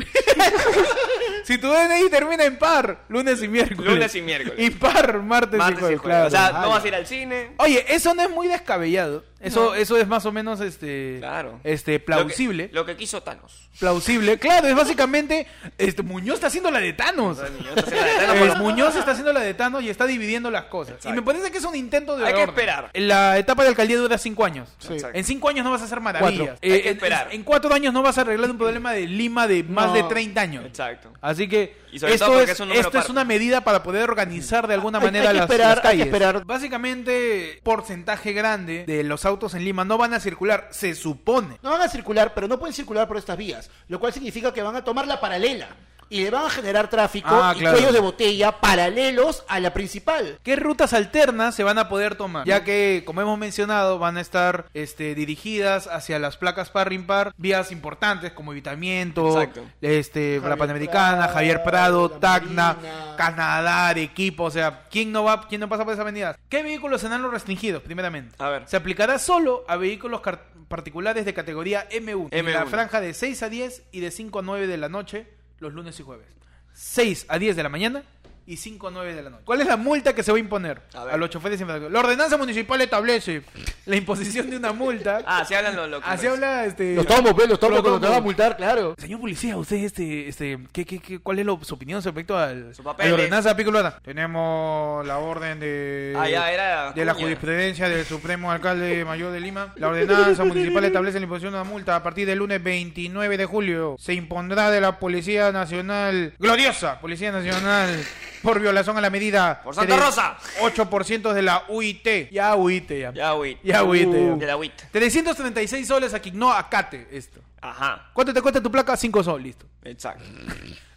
Si tu DNI termina en par, lunes y miércoles.
Lunes y miércoles.
Y par, martes,
Martes
y jueves.
O sea,
claro.
no vas a ir al cine.
Oye, eso no es muy descabellado. Eso, eso es más o menos este,
Claro.
este plausible.
Lo que, lo que quiso Thanos.
Plausible. Claro, es básicamente. Este, Muñoz está haciendo la de Thanos.
Muñoz está haciendo <laughs> la de Thanos
Eh,
por los-
Muñoz está haciendo la de Thanos y está dividiendo las cosas. Y me parece que es un intento de.
Hay que
orden.
esperar.
La etapa de alcaldía dura cinco años.
Sí.
Exacto.
En cinco años no vas a hacer maravillas.
Cuatro.
Eh,
Hay que
en-
esperar.
En, cuatro años no vas a arreglar un problema de Lima de más
No.
de 30 años.
Exacto.
Así que
Y sobre todo
esto,
porque
es,
es un número
esto es
par.
una medida para poder organizar de alguna
Hay- hay
manera
que
las,
esperar,
las
hay que
calles.
esperar.
Básicamente, porcentaje grande de los autos en Lima no van a circular, se supone.
No van a circular, pero no pueden circular por estas vías, lo cual significa que van a tomar la paralela y le van a generar tráfico
Ah,
y
claro.
cuellos de botella paralelos a la principal.
¿Qué rutas alternas se van a poder tomar? Ya que, como hemos mencionado, van a estar este, dirigidas hacia las placas par impar, vías importantes como Evitamiento,
Exacto.
este, la
Javier
Panamericana,
Prado,
Javier Prado,
La
Tacna,
Marina.
Canadá, Arequipa. O sea, ¿quién no va, quién no pasa por esas avenidas? ¿Qué vehículos serán los restringidos, primeramente?
A ver.
Se aplicará solo a vehículos car- particulares de categoría M1, en la
M1.
franja de 6 a 10 y de 5 a 9 de la noche los lunes y jueves. 6 a 10 de la mañana y 5 a 9 de la noche. ¿Cuál es la multa que se va a imponer
A
a,
ver.
los choferes infractores? La ordenanza municipal establece la imposición de una multa.
Ah, se hablan los locos.
Así habla este
Los tomos, pues, los tomos
Los
cuando te van a
tomos.
multar, claro.
Señor policía, usted, este, este, ¿qué, qué, qué- ¿cuál es lo- su opinión respecto al,
Su
a
papel,
la
eh.
ordenanza picolana? Tenemos la orden de,
Ah, ya, era
de la
Acuña.
jurisprudencia del Supremo Alcalde Mayor de Lima. La ordenanza municipal establece la imposición de una multa a partir del lunes 29 de julio. Se impondrá de la Policía Nacional, gloriosa Policía Nacional, por violación a la medida.
Por Santa
tres-
Rosa.
8% de la UIT. Ya UIT, ya.
Ya, Uh. Wit.
Ya, Wit, ya.
De la Wit.
336 soles a quien no acate esto.
Ajá.
¿Cuánto te cuesta tu placa? 5 soles, listo.
Exacto.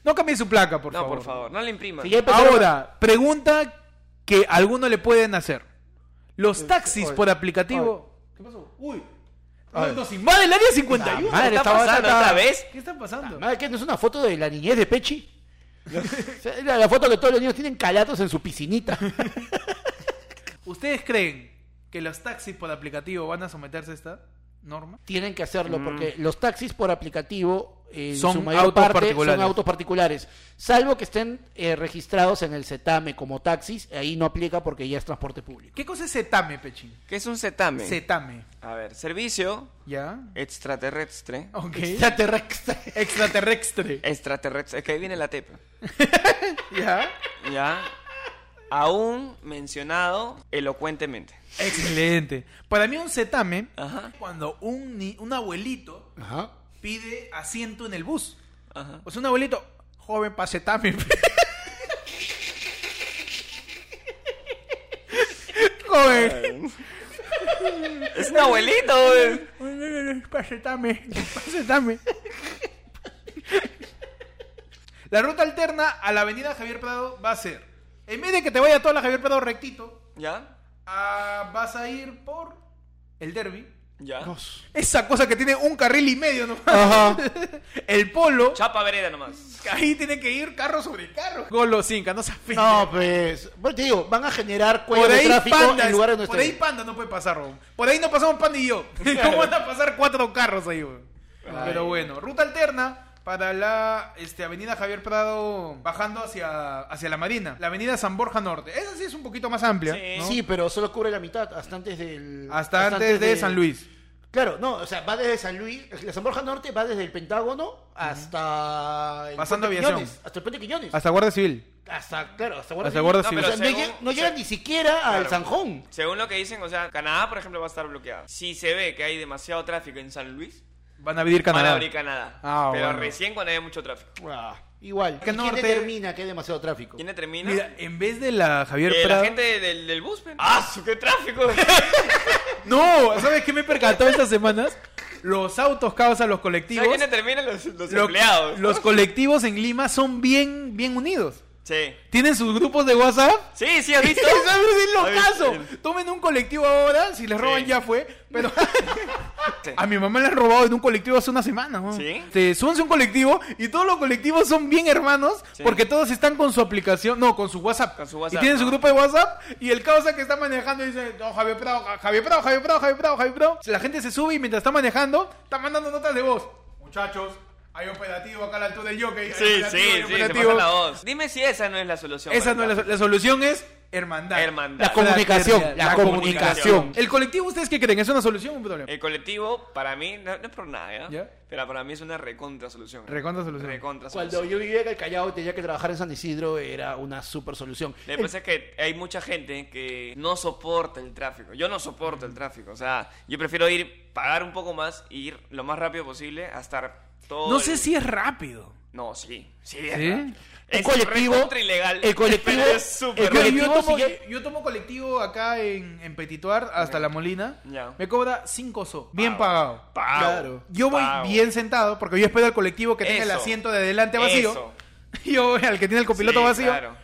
No cambie su placa, por
no,
favor.
por favor, no le impriman.
Si ya empezaron-
Ahora, pregunta que alguno le pueden hacer. Los taxis
oye,
por aplicativo. ¿Qué pasó? Uy. Nos, nos invade el área 51.
La madre,
¿Qué está
estaba-
pasando
estaba-
otra vez?
¿Qué está pasando?
Madre, ¿qué? ¿No es una foto de la niñez de Pechi? <laughs> Era la foto que todos los niños tienen calatos en su piscinita.
¿Ustedes creen que los taxis por aplicativo van a someterse a esta norma?
tienen que hacerlo porque los taxis por aplicativo eh, en
Mm. Son
su mayor
autos
parte
particulares.
son autos particulares, salvo que estén eh, registrados en el CETAME como taxis, ahí no aplica porque ya es transporte público.
¿Qué cosa es setame, Pechín?
¿Qué es un cetame?
Setame.
a ver, servicio
¿Ya?
extraterrestre.
Ok.
Extraterrestre.
Extraterrestre.
Extraterrestre. Es que ahí viene la tepa.
¿Ya?
<laughs> Ya. Aún mencionado elocuentemente.
Excelente. Para mí un setame
Ajá.
es cuando un, ni- un abuelito
Ajá.
pide asiento en el bus.
Ajá.
O sea, un abuelito, joven pa' setame. <laughs> joven.
Es un abuelito, güey.
Pasetame, pasetame. La ruta alterna a la avenida Javier Prado va a ser. En vez de que te vaya toda la Javier Prado rectito,
¿Ya?
ah, vas a ir por el derby.
¿Ya?
Esa cosa que tiene un carril y medio nomás. <laughs> El polo.
Chapa
<laughs>
vereda nomás.
Ahí tiene que ir carro sobre carro. Golosinca, no se afecta.
No, pues, bueno, te digo, van a generar cuello
por
de
ahí
tráfico
panda,
en lugares donde
por ahí
estén.
panda no puede pasar, Ron. Por ahí no pasamos panda y
<laughs>
yo. <laughs> ¿Cómo van a pasar cuatro carros ahí, weón? Pero bueno, ruta alterna para la este, avenida Javier Prado bajando hacia, hacia la Marina. La avenida San Borja Norte. Esa sí es un poquito más amplia.
Sí.
¿no?
Sí, pero solo cubre la mitad, hasta antes del...
Hasta antes de
del-
San Luis.
Claro, no, o sea, va desde San Luis, la San Borja Norte va desde el Pentágono hasta... el
Pasando
Puente
aviación.
Quiñones, hasta el Puente Quiñones.
Hasta Guardia Civil.
Hasta, claro, hasta
Hasta Guardia
No,
Civil.
pero o sea, no
según-
llega- no llegan ni siquiera al Sanjón.
Según lo que dicen, o sea, Canadá, por ejemplo, va a estar bloqueado. Si se ve que hay demasiado tráfico en San Luis,
Van a venir
van a
Canadá.
abrir Canadá.
Ah,
Pero
bueno.
recién cuando haya mucho tráfico.
Igual.
Que
¿Quién
norte-
determina que hay demasiado tráfico?
¿Quién determina?
Mira, en vez de la Javier
Eh,
Prado.
la gente del, del bus, pe. ¡Ah, su, qué tráfico!
No, ¿sabes qué me percató estas semanas? Los autos causan los
¿Sabes
colectivos.
quién determina los, los
Lo-
empleados?
Los colectivos en Lima son bien, bien unidos.
Sí.
Tienen sus grupos de WhatsApp.
Sí,
<laughs>
sí, ¿has
Eso
<laughs> visto?
es lo
¿Has
caso.
visto?
Tomen un colectivo ahora, si les roban
Sí.
ya fue. Pero
<laughs> Sí.
a mi mamá le han robado en un colectivo hace una semana. ¿no?
¿Sí?
Te súbanse a un colectivo y todos los colectivos son bien hermanos
Sí.
porque todos están con su aplicación, no, con su WhatsApp.
Con su WhatsApp,
y tienen su
¿no?
grupo de WhatsApp y el causa que está manejando dice, no, Javier Prado, Ja- Javier Prado, Javier Prado, Javier Prado, Javier Prado. La gente se sube y mientras está manejando, está mandando notas de voz. Muchachos, hay operativo acá a la altura del jockey. hay
Sí,
operativo,
sí,
hay
sí, se
operativo".
pasa la voz. Dime si esa no es la solución.
Esa
para
no es la,
el
la solución es hermandad.
Hermandad.
La comunicación. La,
La
comunicación.
comunicación.
El colectivo, ¿ustedes qué creen? ¿Es una solución o un problema?
El colectivo, para mí, no, no es por nada, ¿ya?
¿Ya?
Pero para mí es una recontra solución. ¿eh?
Recontra solución.
Recontra
Cuando
solución.
yo vivía en el Callao y tenía que trabajar en San Isidro era una super solución.
Lo que pasa es que hay mucha gente que no soporta el tráfico. Yo no soporto el tráfico. O sea, yo prefiero ir, pagar un poco más y ir lo más rápido posible hasta todo.
No
el-
sé si es rápido.
No, sí. Sí, es
¿Sí?
rápido.
El
Es
colectivo-
recontra ilegal.
el colectivo-
pero <laughs> es súper
el
Yo,
rápido.
colectivo-
yo tomo,
sigue-
yo tomo colectivo acá en, en Petituar hasta La Molina.
Ya.
Me cobra 5 so. Bien
Pago.
pagado.
Pago.
Claro. Yo voy
Pago.
bien sentado porque yo espero al colectivo que tenga el
Eso.
asiento de adelante vacío.
Eso.
<laughs> Yo voy al que tiene el copiloto
Sí,
vacío.
Claro.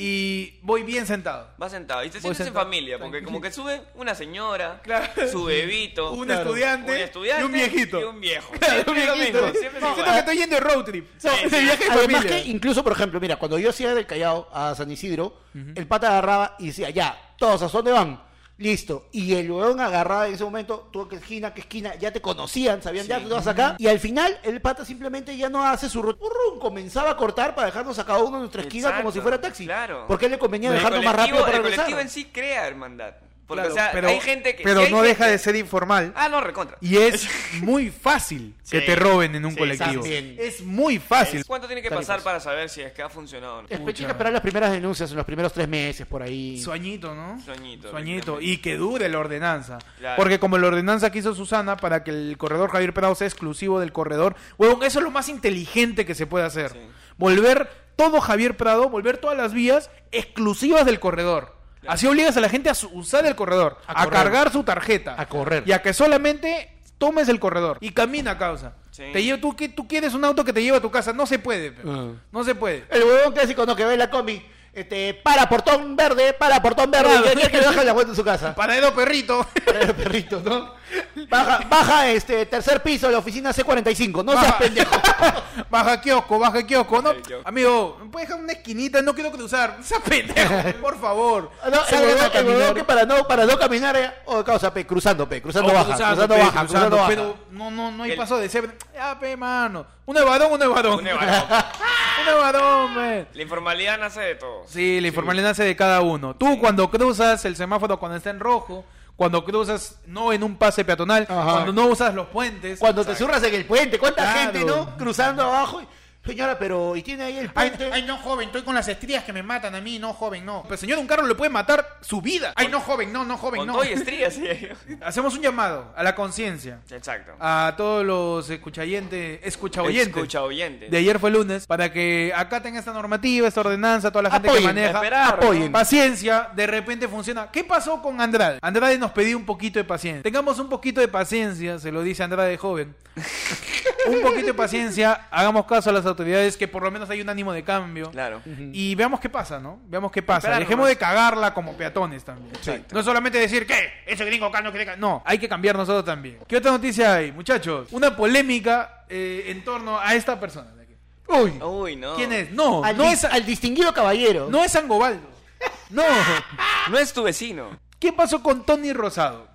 Y voy bien sentado.
Va sentado. Y te
Voy
sientes en
sentado.
familia, porque como que sube una señora,
Claro.
su bebito,
Un,
claro,
estudiante
un estudiante
y un viejito.
Y un viejo.
Claro,
Siempre
un
<laughs> lo
viejito.
mismo, siempre es
No,
igual.
siento que estoy yendo de road trip.
Sí,
No, de
sí.
viaje en
Además
familia.
que incluso, por ejemplo, mira, cuando yo hacía del Callao a San Isidro, el pata agarraba y decía, ya, todos, ¿a dónde van? Listo. Y el huevón agarraba en ese momento, tú qué esquina, qué esquina, ya te conocían, sabían, ya tú vas acá. Y al final, el pata simplemente ya no hace su ruta. Purrún, comenzaba a cortar para dejarnos a cada uno en nuestra esquina como
Exacto,
si fuera taxi.
claro.
Porque a él le convenía
El
dejarnos más
colectivo-
rápido para
El colectivo
regresar.
en sí crea hermandad. Porque,
Claro,
o sea,
pero-
hay gente que.
Pero
si hay
no deja
gente-
de ser informal.
Ah, no, recontra.
Y es muy fácil que
Sí.
te roben en un
Sí,
colectivo.
también.
Es muy fácil.
¿Cuánto tiene que
Tal y
pasar
cosa.
para saber si es que ha funcionado o no?
Es pechita esperar las primeras denuncias en los primeros tres meses, por ahí.
Sueñito, ¿no?
Sueñito,
Sueñito.
efectivamente.
Y que dure la ordenanza.
Claro.
Porque como la ordenanza que hizo Susana para que el corredor Javier Prado sea exclusivo del corredor, huevón, eso es lo más inteligente que se puede hacer.
Sí.
Volver todo Javier Prado, volver todas las vías exclusivas del corredor. Así obligas a la gente a su- usar el corredor,
A
a,
correr.
cargar su tarjeta.
A correr.
Y a que solamente tomes el corredor y camina causa.
Sí.
Te lleva, tú, que- tú quieres un auto que te lleva a tu casa. No se puede. pe.
Ah.
No se puede.
El huevón clásico no que ve la combi. Este, para portón verde, para portón verde.
Claro.
Y el día que le bajan la vuelta en su casa.
Paradero perrito. <laughs>
Para el perrito, ¿no? Baja, baja este tercer piso de la oficina C45. No seas
Baja.
pendejo.
<laughs> Baja kiosco, baja kiosco, ¿no?
Sí, kiosco.
Amigo, ¿me puedes dejar una esquinita? No quiero cruzar. No seas <laughs> pendejo, por favor.
<laughs> No, el
Salgan
huevón-
a
el
caminar.
huevón que para no, para no caminar, eh, oh, causa, pe, cruzando, pe, cruzando
Oh,
baja,
cruzando,
cruzando,
pe,
baja, cruzando, baja.
Pero no, no, no hay
El-
paso de cebra. Ya, pe, mano. Uno de varón, uno de varón. <laughs>
Pone balón.
Uno de varón, pe.
La informalidad nace de todos.
Sí, la informalidad nace de cada uno. Tú cuando cruzas el semáforo cuando está en rojo, cuando cruzas no en un pase peatonal,
Ajá.
cuando no usas los puentes.
Cuando te zurras en el puente, ¿cuánta
Claro.
gente, no? Cruzando abajo. y, Señora, pero, ¿y tiene ahí el
Ay,
puente?
ay, no, joven, estoy con las estrías que me matan a mí, no, joven, no.
Pero señor, un carro le puede matar su vida.
Ay, no, joven, no, no, joven,
Con
no.
todo y
<laughs>
estrías. sí.
Hacemos un llamado a la conciencia,
Exacto.
a todos los escuchayentes, escuchaoyentes.
Escucha oyente.
de ayer fue lunes, para que acaten esta normativa, esta ordenanza, toda la gente
Apoyen,
que maneja.
esperar,
apoyen.
Paciencia, de repente funciona. ¿Qué pasó con Andrade? Andrade nos pedía un poquito de paciencia. Tengamos un poquito de paciencia, se lo dice Andrade joven. un poquito de paciencia, hagamos caso a las autoridades, que por lo menos hay un ánimo de cambio.
Claro.
Y veamos qué pasa, ¿no? Veamos qué pasa.
Esperar
Dejemos
nomás.
de cagarla como peatones también. No solamente decir, ¿qué? Ese gringo acá no quiere ca-". No, hay que cambiar nosotros también. ¿Qué otra noticia hay, muchachos? Una polémica eh, en torno a esta persona. de aquí.
Uy,
Uy, no.
¿Quién es? No,
al,
no
di-
es,
al distinguido caballero.
no es Angobaldo. No. <laughs>
No es tu vecino.
¿Qué pasó con Tony Rosado?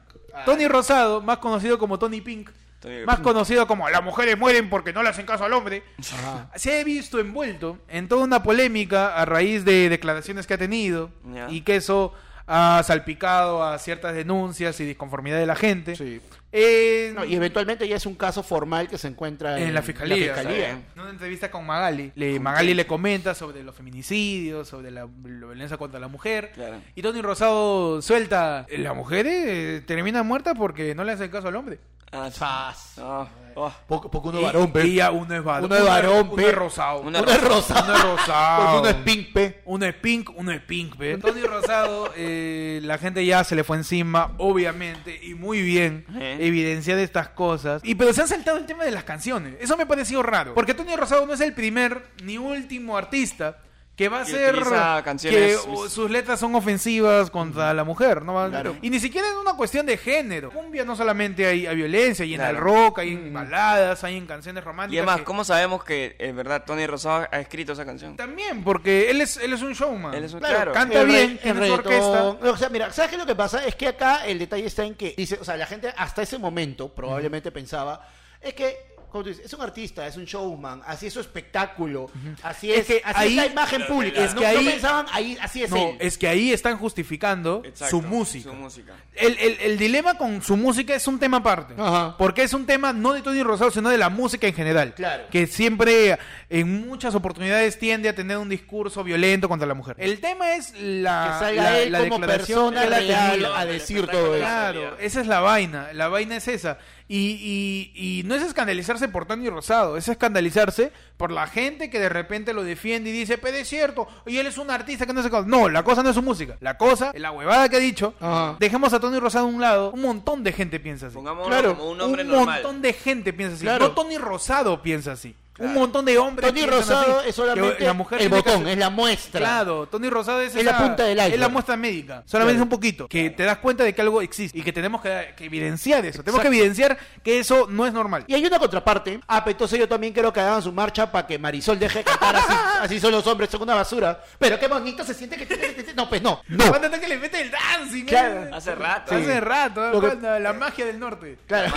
Tony Rosado, más conocido como Ah. Tony Pink,
Tony
más conocido como las mujeres mueren porque no le hacen caso al <laughs> hombre,
Ajá.
se ha visto envuelto en toda una polémica a raíz de declaraciones que ha tenido
Ya.
y que eso ha salpicado a ciertas denuncias y disconformidad de la gente.
Sí.
Eh,
No, y eventualmente ya es un caso formal que se encuentra
en la fiscalía.
la fiscalía.
fiscalía.
En una entrevista con Magali, le, Magali le comenta sobre los feminicidios, sobre la, la violencia contra la mujer.
Claro.
Y Tony Rosado suelta, la mujer eh, termina muerta porque no le hacen caso al hombre.
Ah, sí.
Fas.
Ah, oh.
eh. Poco, poco uno
Y-
varón, pe.
y ya uno es varón.
Uno es varón,
uno
pe.
es rosado.
Una-
Uno es rosa.
Uno es rosado.
Porque <laughs> uno es pink, pe.
Uno es pink, uno es pink, ve. Tony Rosado, eh, la gente ya se le fue encima, obviamente, y muy bien,
Eh.
Ajá.
evidencia de estas cosas. Y pero se han saltado el tema de las canciones. Eso me ha parecido raro. Porque Tony Rosado no es el primer ni último artista que va a
Que
ser
utiliza
que
canciones-
o, sus letras son ofensivas contra la mujer, ¿no?
Claro.
Y ni siquiera es una cuestión de género. Cumbia no solamente hay, hay violencia, hay en el
Claro.
rock, hay
Mm.
en baladas, hay en canciones románticas.
Y además,
que-
¿cómo sabemos que en verdad Tony Rosado ha escrito esa canción?
También, porque él es, él es un showman.
Él es un-
claro,
claro.
canta
El
bien,
re-
tiene
el
su orquesta.
reggaetón. O sea, mira, ¿sabes qué es lo que pasa? Es que acá el detalle está en que, dice, o sea, la gente hasta ese momento probablemente pensaba, es que, como tú dices, es un artista, es un showman, así es su espectáculo, así
Es
es,
que
así
ahí-
es la imagen pública.
es
no,
que
no
ahí-
pensaban, ahí, así es
No,
él.
es que ahí están justificando
Exacto,
su música.
Su música.
El, el- el dilema con su música es un tema aparte.
Ajá.
Porque es un tema no de Tony Rosado, sino de la música en general.
Claro.
Que siempre, en muchas oportunidades, tiende a tener un discurso violento contra la mujer. El tema es la,
que salga
la-
él
la
como
declaración
persona
que él ha
real
tenido.
a decir todo eso.
Claro, esa es la vaina. La vaina es esa. Y, y- y no es escandalizarse por Tony Rosado, es escandalizarse por la gente que de repente lo defiende y dice, pero es cierto, y él es un artista que no se... No, la cosa no es su música. La cosa, la huevada que ha dicho,
Ajá.
dejemos a Tony Rosado a un lado. Un montón de gente piensa así.
Pongámoslo
Claro,
como un hombre normal.
montón de gente piensa así.
Claro.
No Tony Rosado piensa así. Un
Claro.
montón de hombres
Tony
piensan
Rosado
así.
es solamente
Que la mujer
el
tiene que
botón, ¿eh?
hacer-
es la muestra.
Claro, Tony Rosado es,
Es la
esa-
punta del iceberg.
Es la muestra médica. Solamente
Claro.
es un poquito. Que te das cuenta de que algo existe y que tenemos que, que evidenciar eso. Tenemos
Exacto.
que evidenciar que eso no es normal.
Y hay una contraparte. Ah, pero entonces yo también quiero que hagan su marcha para que Marisol deje de
<laughs>
cantar así. así son los hombres, son una basura. Pero qué bonito se siente que... No, pues no. No.
Aguántate que le mete el dancing.
Claro.
¿eh?
Hace rato.
Hace rato. ¿eh?
Lo que-
Cuando La magia del norte.
Claro.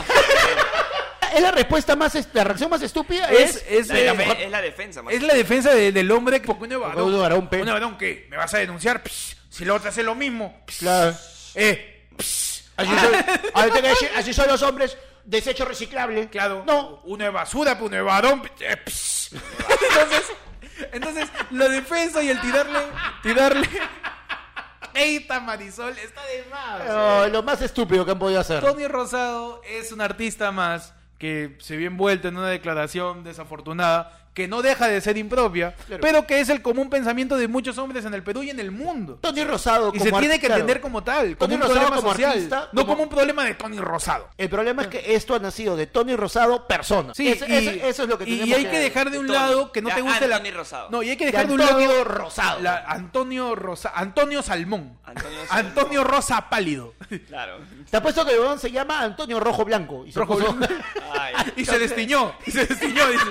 <laughs> es la respuesta más... est- La reacción más estúpida
Es-
es...
es-
La
eh,
defe- es la defensa, más
Es la defensa de- del hombre porque uno es varón.
uno es varón, pe.
Uno es varón, ¿qué? ¿Me vas a denunciar? Psh, si la otra hace lo mismo. Psh,
Claro.
Eh.
Así,
<laughs>
son, así son- así son los hombres. Desecho reciclable.
Claro.
No.
Uno es basura, pues uno es varón. pe- eh, pss. Entonces, entonces, la defensa y el tirarle, tirarle. Eita Marisol, está de más.
Eh, lo más estúpido que han podido hacer.
Tony Rosado es un artista más que se vio envuelto en una declaración desafortunada que no deja de ser impropia, pero que es el común pensamiento de muchos hombres en el Perú y en el mundo.
Tony Rosado
Y
como
se tiene
art-
que
claro.
entender como tal, como
Tony
un
Rosado
problema
como
social,
artista,
no
como-
como un problema de Tony Rosado.
El problema es que esto ha nacido de Tony Rosado persona.
Sí,
Eso-
y-
eso, eso es lo que
y,
tenemos
hay que dejar de un
Tony,
lado que no
de
te guste la
Anthony Rosado.
No, y hay que
de
dejar de, un
Antonio
lado
Rosado.
la- Antonio Rosa Antonio Salmón. <laughs>
Antonio Salmón.
Antonio Rosa
<laughs>
Pálido.
Claro.
Te apuesto que el huevón se llama Antonio Rojo Blanco. Y se
Rojo
puso- <laughs>
Blanco.
Ay.
<laughs> Y se destiñó, y se destiñó. dice.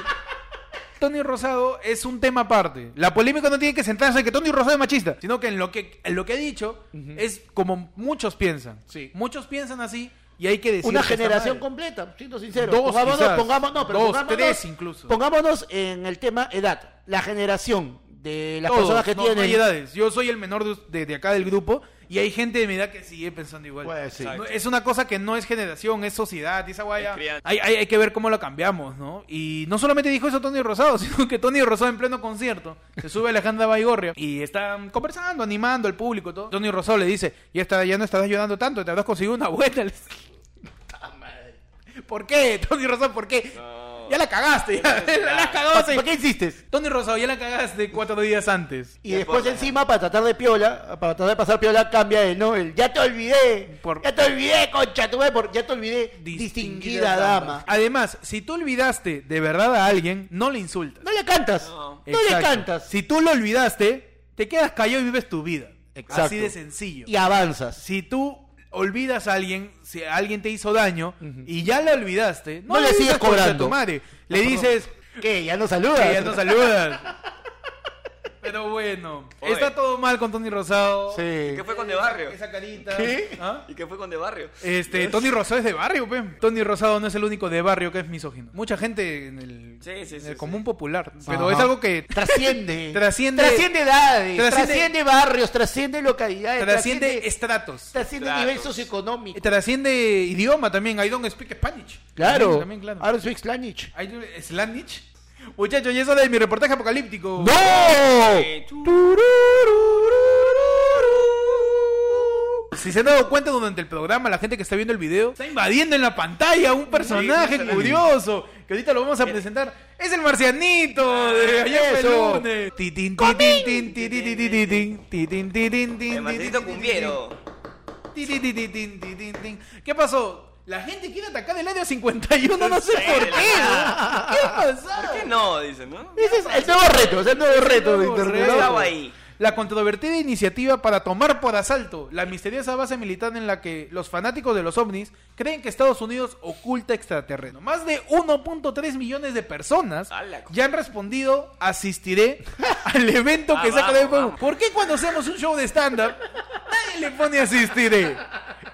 Tony Rosado es un tema aparte. La polémica no tiene que centrarse en que Tony Rosado es machista, sino que en lo que, en lo que ha dicho es como muchos piensan.
Sí.
Muchos piensan así y hay que decir
una
que está
generación
mal.
completa, siendo sincero.
Dos,
pongámonos,
quizás.
pongámonos, no, pero
Dos,
pongámonos-
tres incluso.
Pongámonos en el tema edad. La generación de eh, las
Todos,
personas que
no, no
tienen.
hay edades. Yo soy el menor de, de- de acá del grupo y hay gente de mi edad que sigue pensando igual.
Pues, sí.
No, es una cosa que no es generación, es sociedad, y esa guaya.
Es crianza.
Hay, hay, hay que ver cómo lo cambiamos, ¿no? Y no solamente dijo eso Tony Rosado, <laughs> sino que Tony Rosado en pleno concierto se sube a Alejandra Baigorria y están conversando, animando al público, todo. Tony Rosado le dice, ya, está, ya no estarás llorando tanto, te habrás conseguido una buena. <laughs> Le dice, ¿Por qué, Tony Rosado? ¿Por qué? Ya la cagaste, ya, la has cagado.
¿Para,
sí.
qué insistes?
Tony Rosado, ya la cagaste cuatro días antes.
Y después encima, para tratar de piola, para tratar de pasar piola, cambia de no, el ya te olvidé,
Por-
ya te olvidé, concha, tu madre, por ya te olvidé, distinguida dama.
Además, si tú olvidaste de verdad a alguien, no le insultas.
No le cantas, no,
No.
le
Exacto.
cantas.
Si tú lo olvidaste, te quedas callado y vives tu vida.
Exacto.
Así de sencillo.
Y avanzas.
Si tú olvidas a alguien, si alguien te hizo daño y ya lo olvidaste, no,
No le
dices
sigues
concha
cobrando.
tu madre. Le dices
¿Qué? ¿Ya no saludas?
que ya no saludas. <laughs> Pero bueno,
Oye.
está todo mal con Tony Rosado.
Sí.
¿Qué fue con De Barrio?
Esa carita.
¿Qué?
¿Ah?
¿Y qué fue con De Barrio?
Este, Tony Rosado es de barrio, pe. Tony Rosado no es el único de barrio que es misógino. Mucha gente en el,
Sí, sí,
en
sí,
el
sí.
común popular. Pero
Ajá.
es algo que
<laughs> Trasciende.
Trasciende-
Trasciende edades. Trasciende,
Trasciende-
barrios. Trasciende localidades.
trasciende estratos.
trasciende
Claro.
nivel socioeconómico.
Trasciende idioma también. I don't speak Spanish.
Claro.
También, también, claro.
Ahora soy Xlanich.
I do Slanish. Muchachos, y eso de mi reportaje apocalíptico.
¡No!
Eh, tú-
Si se han dado cuenta durante el programa, la gente que está viendo el video está invadiendo en la pantalla un personaje curioso que ahorita lo
Eh.
vamos a presentar. Es el marcianito
Ah,
de ayer
Eso.
lunes. Ti, tin, ti, tin, tin, ti, ti, ti, ti, ti, tin, ti, tin, ti, tin, tin,
El maldito
ti, ti, ti,
cumbiero.
ti, ti, ti, ti, tin, ti, tin, tin. ¿Qué pasó? La gente quiere atacar el área 51, no sé por qué. ¿no? ¿Qué ha pasado?
¿Por qué no? Dicen, ¿no?
Ese es el nuevo reto. Es el nuevo reto de
nuevo
Yo
internet.
reto.
estaba ahí.
La controvertida iniciativa para tomar por asalto la misteriosa base militar en la que los fanáticos de los ovnis creen que Estados Unidos oculta extraterreno. Más de 1.3 millones de personas
A la co-
ya han respondido
<laughs>
asistiré al evento que
Ah,
saca
vamos,
de juego.
vamos.
¿Por qué cuando hacemos un show de stand-up nadie le pone asistiré?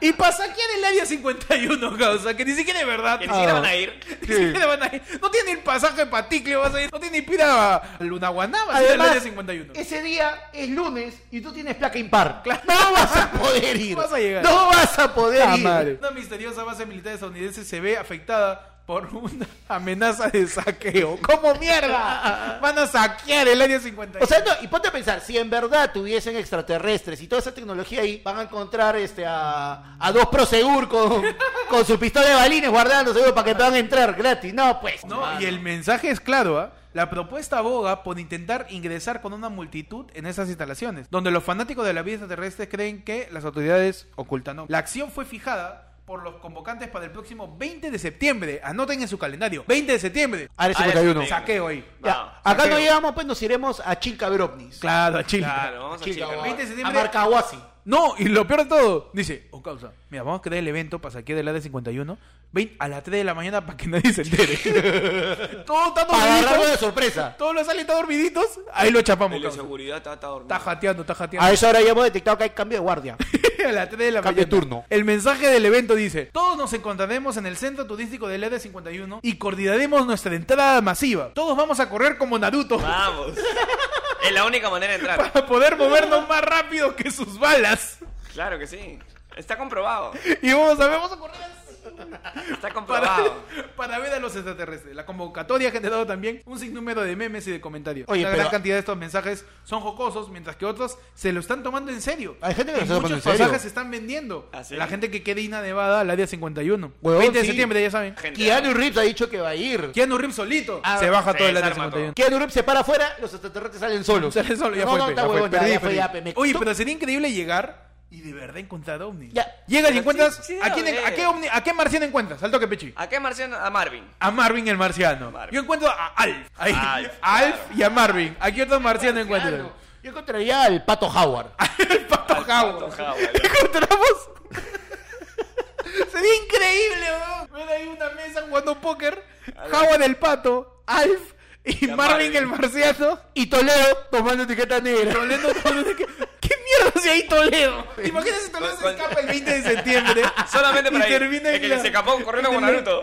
Y pasa aquí en el área 51, causa, que ni siquiera es verdad.
Que ni siquiera van
<laughs>
a ir.
Ni siquiera van a ir. No tiene el pasaje para ti, que vas a ir. No tiene ni pira a Lunaguanaba, sino al área
Además,
51.
ese día es lunes y tú tienes placa impar. No vas a poder
<laughs>
ir.
No vas a llegar.
No vas a poder
Ah,
ir.
madre. Una misteriosa base militar estadounidense se ve afectada por una amenaza de saqueo. <laughs> ¿Cómo
<laughs>
mierda? Van a saquear el área 51.
O sea, no, y ponte a pensar, si en verdad tuviesen extraterrestres y toda esa tecnología ahí, van a encontrar este a, a dos Prosegur con, con su pistola de balines guardándose güey, para que puedan entrar gratis. No, pues.
No, y el mensaje es claro, ¿ah? La propuesta aboga por intentar ingresar con una multitud en esas instalaciones, donde los fanáticos de la vida extraterrestre creen que las autoridades ocultan. La acción fue fijada por los convocantes para el próximo 20 de septiembre. Anoten en su calendario. 20 de septiembre.
Área
Área
51.
51.
Saqueo ahí.
Ya,
Vamos,
acá
saqueo.
no llegamos, pues nos iremos a Chincaverovnis.
Claro, a Chile.
Claro, vamos a
Chincaverovnis.
20
chica.
de
A
septiembre.
Marcahuasi.
No, y lo peor de todo, dice, o causa, mira, vamos a crear el evento para saquear del área 51, ven a las 3 de la mañana para que nadie se entere. <laughs> todos están
Para agarrarlo de
dormiditos,
sorpresa.
todos los aliens están dormiditos, ahí lo chapamos,
El de
causa.
seguridad está, está dormido.
Está jateando, está jateando.
A esa hora ya hemos detectado que hay cambio de guardia.
<laughs> a las 3 de la mañana.
Cambio de turno.
El mensaje del evento dice: Todos nos encontraremos en el centro turístico del área 51 y coordinaremos nuestra entrada masiva. Todos vamos a correr como Naruto
Vamos. Es la única manera de entrar.
<laughs> para poder movernos más rápido que sus balas.
Claro que sí. Está comprobado.
Y vamos a ver, vamos a correr así.
Está
para,
comprobado.
<laughs> para ver a los extraterrestres. La convocatoria ha generado también un sinnúmero de memes y de comentarios.
Oye,
Una
pero-
gran cantidad de estos mensajes son jocosos, mientras que otros se lo están tomando en serio.
Hay gente que
Y
lo está tomando
muchos
en serio.
pasajes se están vendiendo.
¿Ah, sí?
La gente que queda ina nevada al área 51.
Huevón,
20 de
sí.
septiembre, ya saben.
Gente,
Keanu Reeves ha dicho que va a ir.
Keanu Reeves solito
Ah,
se baja
se
todo el área
desarma
51.
Keanu Reeves se para afuera, los extraterrestres
<laughs>
salen solos.
Sale solo, ya
no,
fue,
no,
pe,
está
ya fue,
huevón, ya,
perdí,
ya fue,
perdí.
ya, pe, me-
Oye,
tú-
pero sería increíble llegar y de verdad encontrar ovnis.
Ya.
Llegas y
Pero
encuentras.
sí, sí,
¿a, quién,
debe
¿A qué
haber.
ovni, a qué marciano encuentras? Al toque, Pechi.
¿A qué marciano? A Marvin.
A Marvin el marciano.
Marvin.
Yo encuentro a Alf. Ahí. A <laughs> Alf,
Alf,
y a Marvin. ¿A qué otro marciano encuentras?
Claro, Yo encontraría al pato Howard.
<laughs> El pato Jabo.
Ah,
¿Encontramos? Sería increíble, weón. Ver ahí una mesa jugando póker. Howard el pato, Alf y
Ya
Marvin
Marvin.
el
<laughs>
marciano.
Y Toledo tomando etiqueta negra.
Toledo, Toledo, ¿qué, qué mierda si ahí Toledo? Imagínate si Toledo se
Con-
escapa el 20 de septiembre.
<laughs> <laughs> Solamente para
y
ir.
termina
El
en
que
la- <laughs>
se escapó corriendo con Naruto.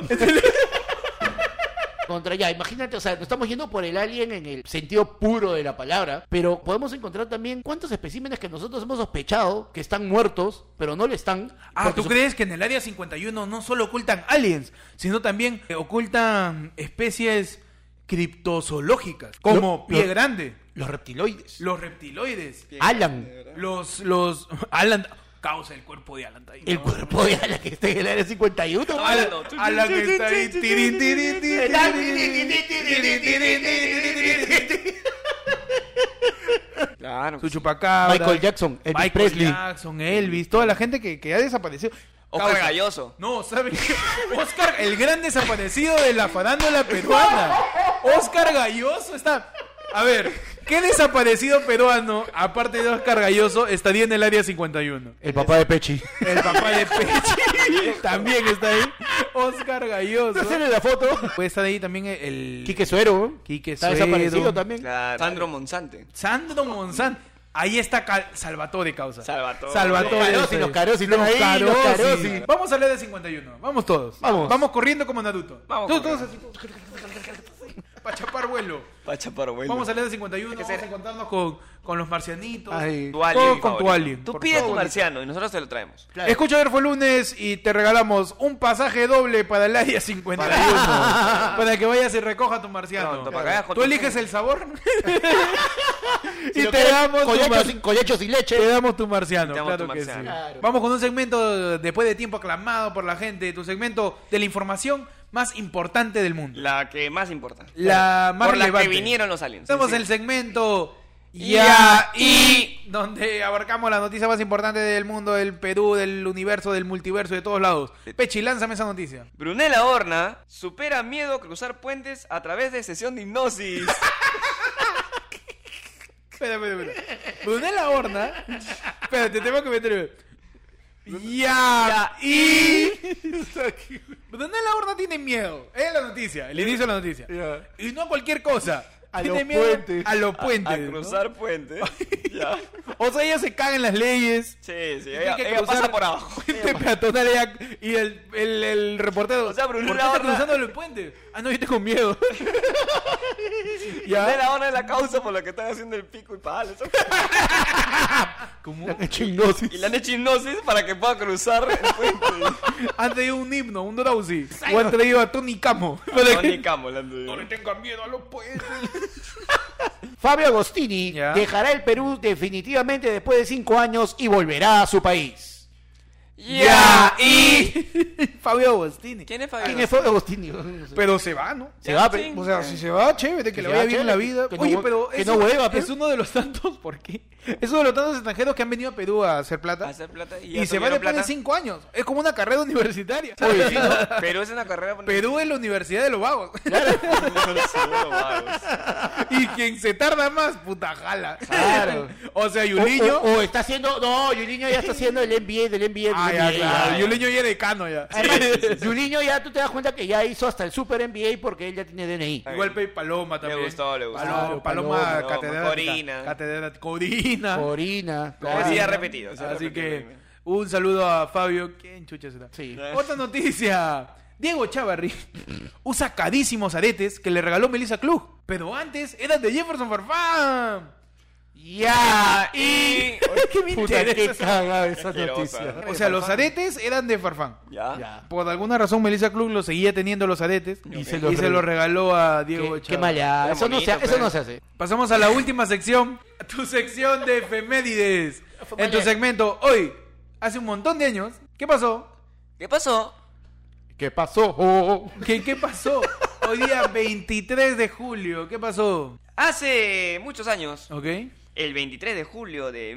Contra ya, imagínate, o sea, nos estamos yendo por el alien en el sentido puro de la palabra, pero podemos encontrar también cuántos especímenes que nosotros hemos sospechado que están muertos, pero no lo están.
Ah,
porque
¿tú
su-
crees que en el área 51 no solo ocultan aliens, sino también eh, ocultan especies criptozoológicas, como
Lo-
pie
lo-
grande,
Los reptiloides.
los reptiloides,
Alan.
los los Alan causa el cuerpo de Alan. está ahí,
El
¿no?
cuerpo de Alan que está en el área 51.
Alan,
Alan, no.
Alan que está ahí. tirin, tirin, tirin,
Está-
tirin, tirin, tirin, tirin, tirin, tirin.
Claro.
Su chupacabra.
Michael Jackson, Elvis
Michael
Presley.
Jackson, Elvis, toda la gente que, que ha desaparecido.
Oscar
Causa.
Galloso.
No, ¿sabes qué? Oscar, el gran desaparecido de la farándula peruana. Oscar Galloso está. A ver, ¿qué desaparecido peruano, aparte de Oscar Galloso, estaría en el área 51?
El papá de Pechi.
El papá de
<laughs>
Pechi también está ahí. Oscar Galloso.
en la foto?
Puede estar ahí también el.
Quique Suero.
Quique
Está
Suero.
desaparecido también.
Claro. Sandro Monsante.
Sandro Monzán. Ahí está Cal- Salvatore Causa.
Salvatore.
Salvatore.
Los Carosi, los Carosi, están ahí, los Carosi.
Vamos al área 51. Vamos todos.
Vamos.
Vamos corriendo como Naruto.
Vamos
Todos, todos así. <laughs> Para chapar vuelo.
Pacha para bueno.
Vamos al área 51. Vamos a encontrarnos con, con los marcianitos.
Ay.
Tu alien
Todos con tu
favorito.
alien,
Tú
por
pides tu
favor.
marciano y nosotros te lo traemos.
Claro.
Escucha, a ver, fue lunes y te regalamos un pasaje doble para el área 51. <laughs> para que vayas y recoja tu marciano.
Pronto, para que vayas con
Tú
tu-
eliges el
<laughs>
sabor
Si
y
lo
te
quieres,
damos, tu
collechos
mar-
y- collechos y leche.
te damos tu marciano.
Te damos
claro
tu
que
marciano.
sí.
Claro.
Vamos con un segmento eh, después de tiempo aclamado por la gente. Tu segmento de la información más importante del mundo.
La que más importa.
La más
Por la que
relevante.
vinieron los aliens.
Estamos
Sí,
en el
sí.
segmento
Ya
Ya y donde abarcamos la noticia más importante del mundo, del Perú, del universo, del multiverso, de todos lados. Pechi, lánzame esa
<laughs>
noticia.
Brunella Horna supera miedo a cruzar puentes a través de sesión de hipnosis.
Espera, espera, espera. Brunella Horna. Espérate, tengo que meter. Ya, y.
<laughs>
Brunella Horna tiene miedo. Es la noticia, el inicio de la noticia. Y no a cualquier cosa.
A
tiene
los
miedo
puentes.
A los <laughs> puentes.
a
¿no? <laughs>
cruzar puentes. ya.
O sea, ella se caga en las leyes.
Sí, sí.
Tiene
Ella,
que
ella pasa
cruzar- <laughs>
por abajo.
Puente peatonal ella- y el, el, el reportero.
O sea, Brunella
¿Por qué está
Horna-
cruzando el puente? Ah, no, yo tengo
<laughs>
miedo.
Brunella Horna es la causa por la que están haciendo el pico y palo. eso.
¿Cómo?
Y le han hecho hipnosis para que pueda cruzar el
<laughs>
puente.
Han traído un himno, un Drowsy. O han traído a Tony Camo. <laughs> Para que-
<laughs> Tony Camo le han
No le
dicho.
tengan miedo a los puentes.
Fabio Agostini
Ya.
dejará el Perú definitivamente después de cinco años y volverá a su país.
Ya, y.
<laughs> Fabio Agostini.
¿Quién es Fabio?
¿Quién es Fabio Agostini? No sé.
Pero se va, ¿no?
Se va,
Sí.
pero...
O sea, si se va, chévere, que
Que
le
se
vaya
va,
bien en
chévere,
la vida.
que no
Oye,
hue-
pero
que
es,
no
un-
hueva,
pues.
es
pe.
uno de los tantos, ¿por qué? Es uno de los tantos extranjeros que han venido a Perú a hacer plata.
Hacer plata y,
Y, se va
van
después de cinco años. Es como una carrera universitaria.
Pero es una carrera. por-
<laughs> Perú es la universidad de los vagos. <laughs>
<laughs> Seguro, vagos.
y quien se tarda más, puta jala.
Claro.
<laughs> o sea,
O-
Yuliño.
O, o está haciendo... No, Yuliño ya está haciendo el NBA del NBA. del
ah, ya,
NBA.
claro. Yuliño ya es decano ya.
Además, Yuliño ya tú te das cuenta que ya hizo hasta el Super NBA porque él ya tiene DNI.
Igual Pei Paloma también.
gustó, le gustó.
Paloma,
Claro,
Paloma,
Paloma,
catedrática.
Corina.
Catedrática. Corina.
Corina.
Ah,
Así ha repetido. sí ha
Así
repetido.
que un saludo a Fabio. ¿Quién chucha será?
Sí.
Otra noticia. Diego Chavarri usa cadísimos aretes que le regaló Melissa Klug, pero antes eran de Jefferson Farfán.
Ya,
Y.
¿Qué me Puta, qué caga esa
Asquerosa.
noticia.
O sea, los aretes eran de Farfán.
Ya.
Ya.
Por alguna razón, Melissa Club los seguía teniendo los aretes y, se, los regaló a Diego
Qué,
Echado.
qué mala.
Era
Eso no, se,
bonito,
eso
pe.
no se hace.
Pasamos a la última sección, a tu sección de efemérides. En tu segmento, hoy, hace un montón de años, ¿qué pasó?
¿Qué pasó?
¿Qué pasó?
¿Qué, qué pasó? Hoy día 23 de julio, ¿qué pasó?
Hace muchos años,
¿Ok?
el 23 de julio de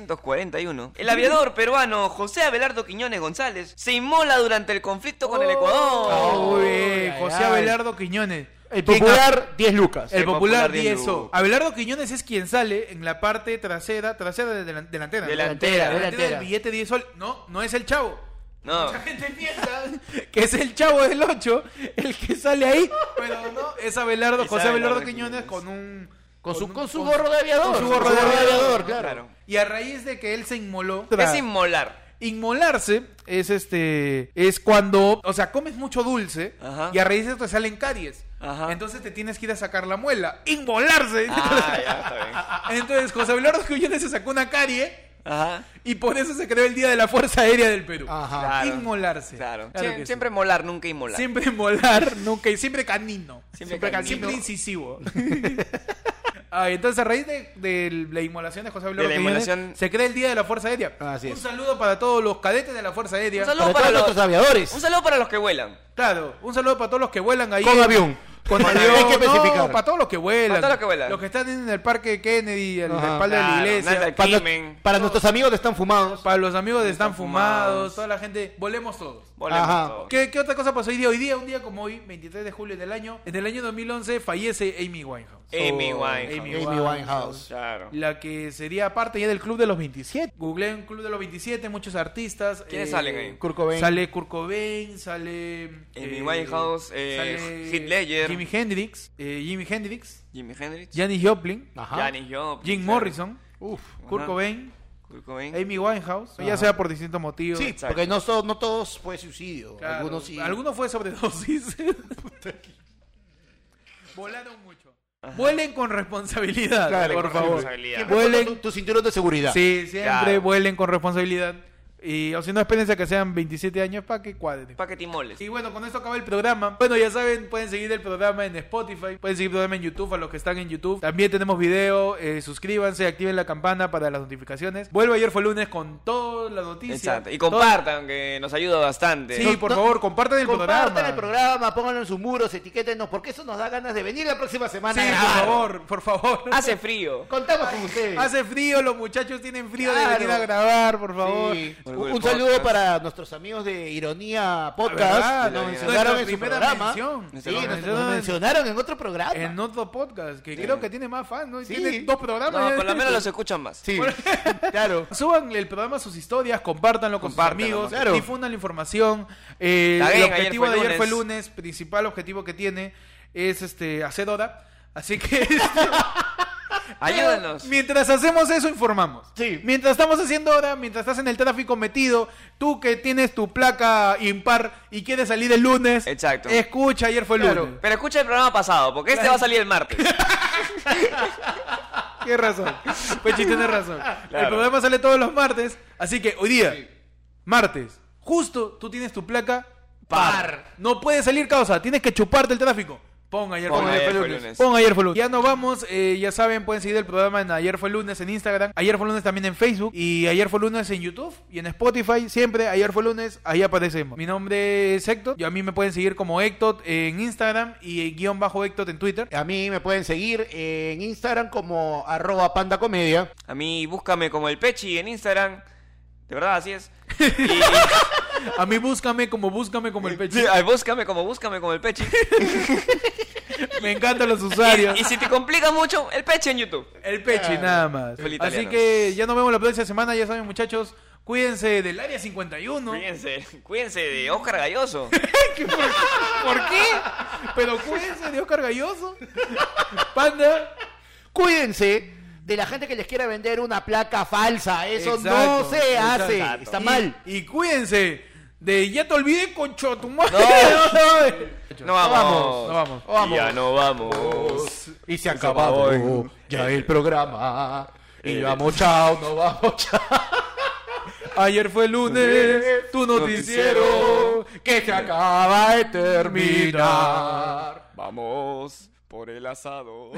1941, el aviador peruano José Abelardo Quiñones González se inmola durante el conflicto
Oh.
con el Ecuador.
Uy,
ay,
Ah, José
ay.
Abelardo Quiñones.
El
¿Quién
popular 10 lucas.
El
El
popular
popular de
10
Lu.
Abelardo Quiñones es quien sale en la parte trasera, trasera de delan- delantera. ¿no?
Delantera,
Delantera
delantera.
del billete 10 sol. No, no es el chavo.
No,
Mucha gente piensa que es el chavo del 8 el que sale ahí, pero no, es Abelardo,
Es
José Abelardo
Abelardo
Quiñones
Quiñones.
con un
Con su, con su
con-
gorro de aviador.
con su gorro de aviador,
claro.
y a raíz de que él se inmoló,
Es inmolar.
Inmolarse es este es cuando, o sea, comes mucho dulce
Ajá.
y a raíz de esto te salen caries.
Ajá.
Entonces te tienes que ir a sacar la muela. Inmolarse.
Ah, ya, está bien.
Entonces José Abelardo Quiñones se sacó una carie
Ajá.
y por eso se creó el Día de la Fuerza Aérea del Perú.
Ajá.
Claro.
Inmolarse.
Claro.
Claro
Sie-
que sí.
siempre molar, nunca inmolar.
Siempre molar, nunca y siempre canino.
Siempre
Siempre, can-
canino.
siempre incisivo. <laughs> Ah, entonces, a raíz de, de la inmolación de José Abelardo
De la
Quiñones,
inmolación.
se crea el Día de la Fuerza Aérea.
Así
Un
es.
saludo para todos los cadetes de la Fuerza Aérea.
Un saludo
Para
para
todos
los,
nuestros aviadores.
un saludo para los que vuelan.
Claro, un saludo para todos los que vuelan ahí.
Con avión.
Con
Hay
avión.
que especificar.
No, para todos los que vuelan.
Para todos los que vuelan.
están en el parque Kennedy, a la
Ajá.
espalda de
Claro,
la iglesia.
nada de
Para,
Crimen.
para nuestros amigos que están fumados.
Para los amigos de Están
Están fumados.
Fumados, toda la gente. Volemos todos.
Volemos
Ajá.
todos.
¿Qué, qué otra cosa pasó hoy día? Hoy día, un día como hoy, 23 de julio del año, en el año 2011 fallece Amy Winehouse.
Amy Winehouse.
Amy
Amy Winehouse.
Claro.
La que sería parte ya del Club de los 27. Googleé un Club de los 27, muchos artistas. eh,
¿Quiénes salen ahí?
Kurt Cobain.
Sale Kurt Cobain, sale...
Amy Winehouse, eh, Heath Ledger.
Jimi Hendrix, eh, Jimi Hendrix,
Jimi Hendrix.
Janis Joplin,
Ajá.
Janis Joplin.
Jim
claro.
Morrison,
Uf.
Kurt
Ajá.
Cobain,
Kurt Cobain.
Amy Winehouse, ya
Ajá.
sea por distintos motivos.
Sí,
Exacto.
porque no, so- no todos fue suicidio.
Claro,
Algunos sí.
Alguno fue
<laughs>
sobredosis. Volaron mucho. Vuelen con responsabilidad,
Claro,
por
con
favor.
responsabilidad.
Siempre ponte
Vuelen-
tu, tu cinturón de seguridad.
Sí, siempre
Claro.
vuelen con responsabilidad. Y, o si no, espérense a que sean 27 años para que cuadren.
Pa' que te inmoles.
Y bueno, con esto acaba el programa. Bueno, ya saben, pueden seguir el programa en Spotify, pueden seguir el programa en YouTube, a los que están en YouTube. También tenemos video, eh, suscríbanse, activen la campana para las notificaciones. Vuelvo ayer fue lunes con toda la noticia.
Exacto. Y
Toda-
compartan, que nos ayuda bastante.
Sí, por
No-
favor, compartan el
Compartan
programa.
el programa, pónganlo en sus muros, etiquétenos, porque eso nos da ganas de venir la próxima semana.
Sí,
a
por
grabar.
favor, por favor.
Hace frío.
Contamos con ustedes.
<laughs> Hace frío, los muchachos tienen frío de
Claro.
venir a grabar, por favor.
Sí. Un,
Por el
un
podcast.
saludo para nuestros amigos de Ironía
La
Podcast.
verdad,
Nos
la
verdad.
mencionaron en su
Nuestra primera
programa.
mención.
Sí,
Nuestra
nos,
primera
nos mencionaron en otro programa.
En otro podcast, que creo que tiene más fans, ¿no? Y
Sí.
Tiene dos programas.
No,
ya.
por
<laughs>
lo menos los escuchan más.
Sí, claro.
Suban el programa a sus historias, compártanlo con
Compártanlo,
sus amigos,
claro.
difundan la información. Eh,
Taguen,
el
ayer
objetivo
fue
de ayer
lunes.
fue lunes, principal objetivo que tiene es este hacer hora. Así que <laughs>
Ayúdanos.
mientras hacemos eso, informamos.
Sí.
Mientras estamos haciendo hora, mientras estás en el tráfico metido, tú que tienes tu placa impar y quieres salir el lunes,
Exacto.
escucha, ayer fue
Claro.
lunes.
Pero escucha el programa pasado, porque este va a salir el martes.
Tienes razón. Pechi, tienes razón. El
Claro.
programa sale todos los martes, así que hoy día, martes, justo tú tienes tu placa par. No puede salir causa, tienes que chuparte el tráfico. Pon ayer,
Pon
fue
ayer
lunes.
fue lunes.
Pon ayer fue lunes. Ya nos vamos, eh, ya saben, pueden seguir el programa en ayer fue lunes en Instagram, ayer fue lunes también en Facebook y ayer fue lunes en YouTube y en Spotify. Siempre ayer fue lunes, ahí aparecemos. Mi nombre es Hector y a mí me pueden seguir como Hector en Instagram y eh, guión bajo Hector en Twitter.
A mí me pueden seguir en Instagram como arroba pandacomedia.
A mí búscame como el Pechi en Instagram. De verdad, así es. Y,
A mí búscame como búscame como el pecho.
Sí, ay, búscame como búscame como el Pechi.
Me encantan los usuarios.
Y si te complica mucho, el Pechi en YouTube.
El peche nada más.
El italiano.
Así que ya nos vemos la próxima semana, ya saben muchachos, cuídense del área 51.
Cuídense, cuídense de Oscar Galloso.
¿Por qué? Pero cuídense de Oscar Galloso. Panda.
Cuídense de la gente que les quiera vender una placa falsa. Eso no
Exacto,
se
exacto.
hace. Está mal.
Y, y cuídense De ya te olvidé, concho, tu madre. <laughs>
No vamos.
No vamos.
Ya no vamos.
Y se acabó Eh, ya el programa. Y vamos, chao, no vamos, <laughs> chao.
Ayer fue lunes, tu noticiero.
Que se acaba de terminar.
Vamos por el asado.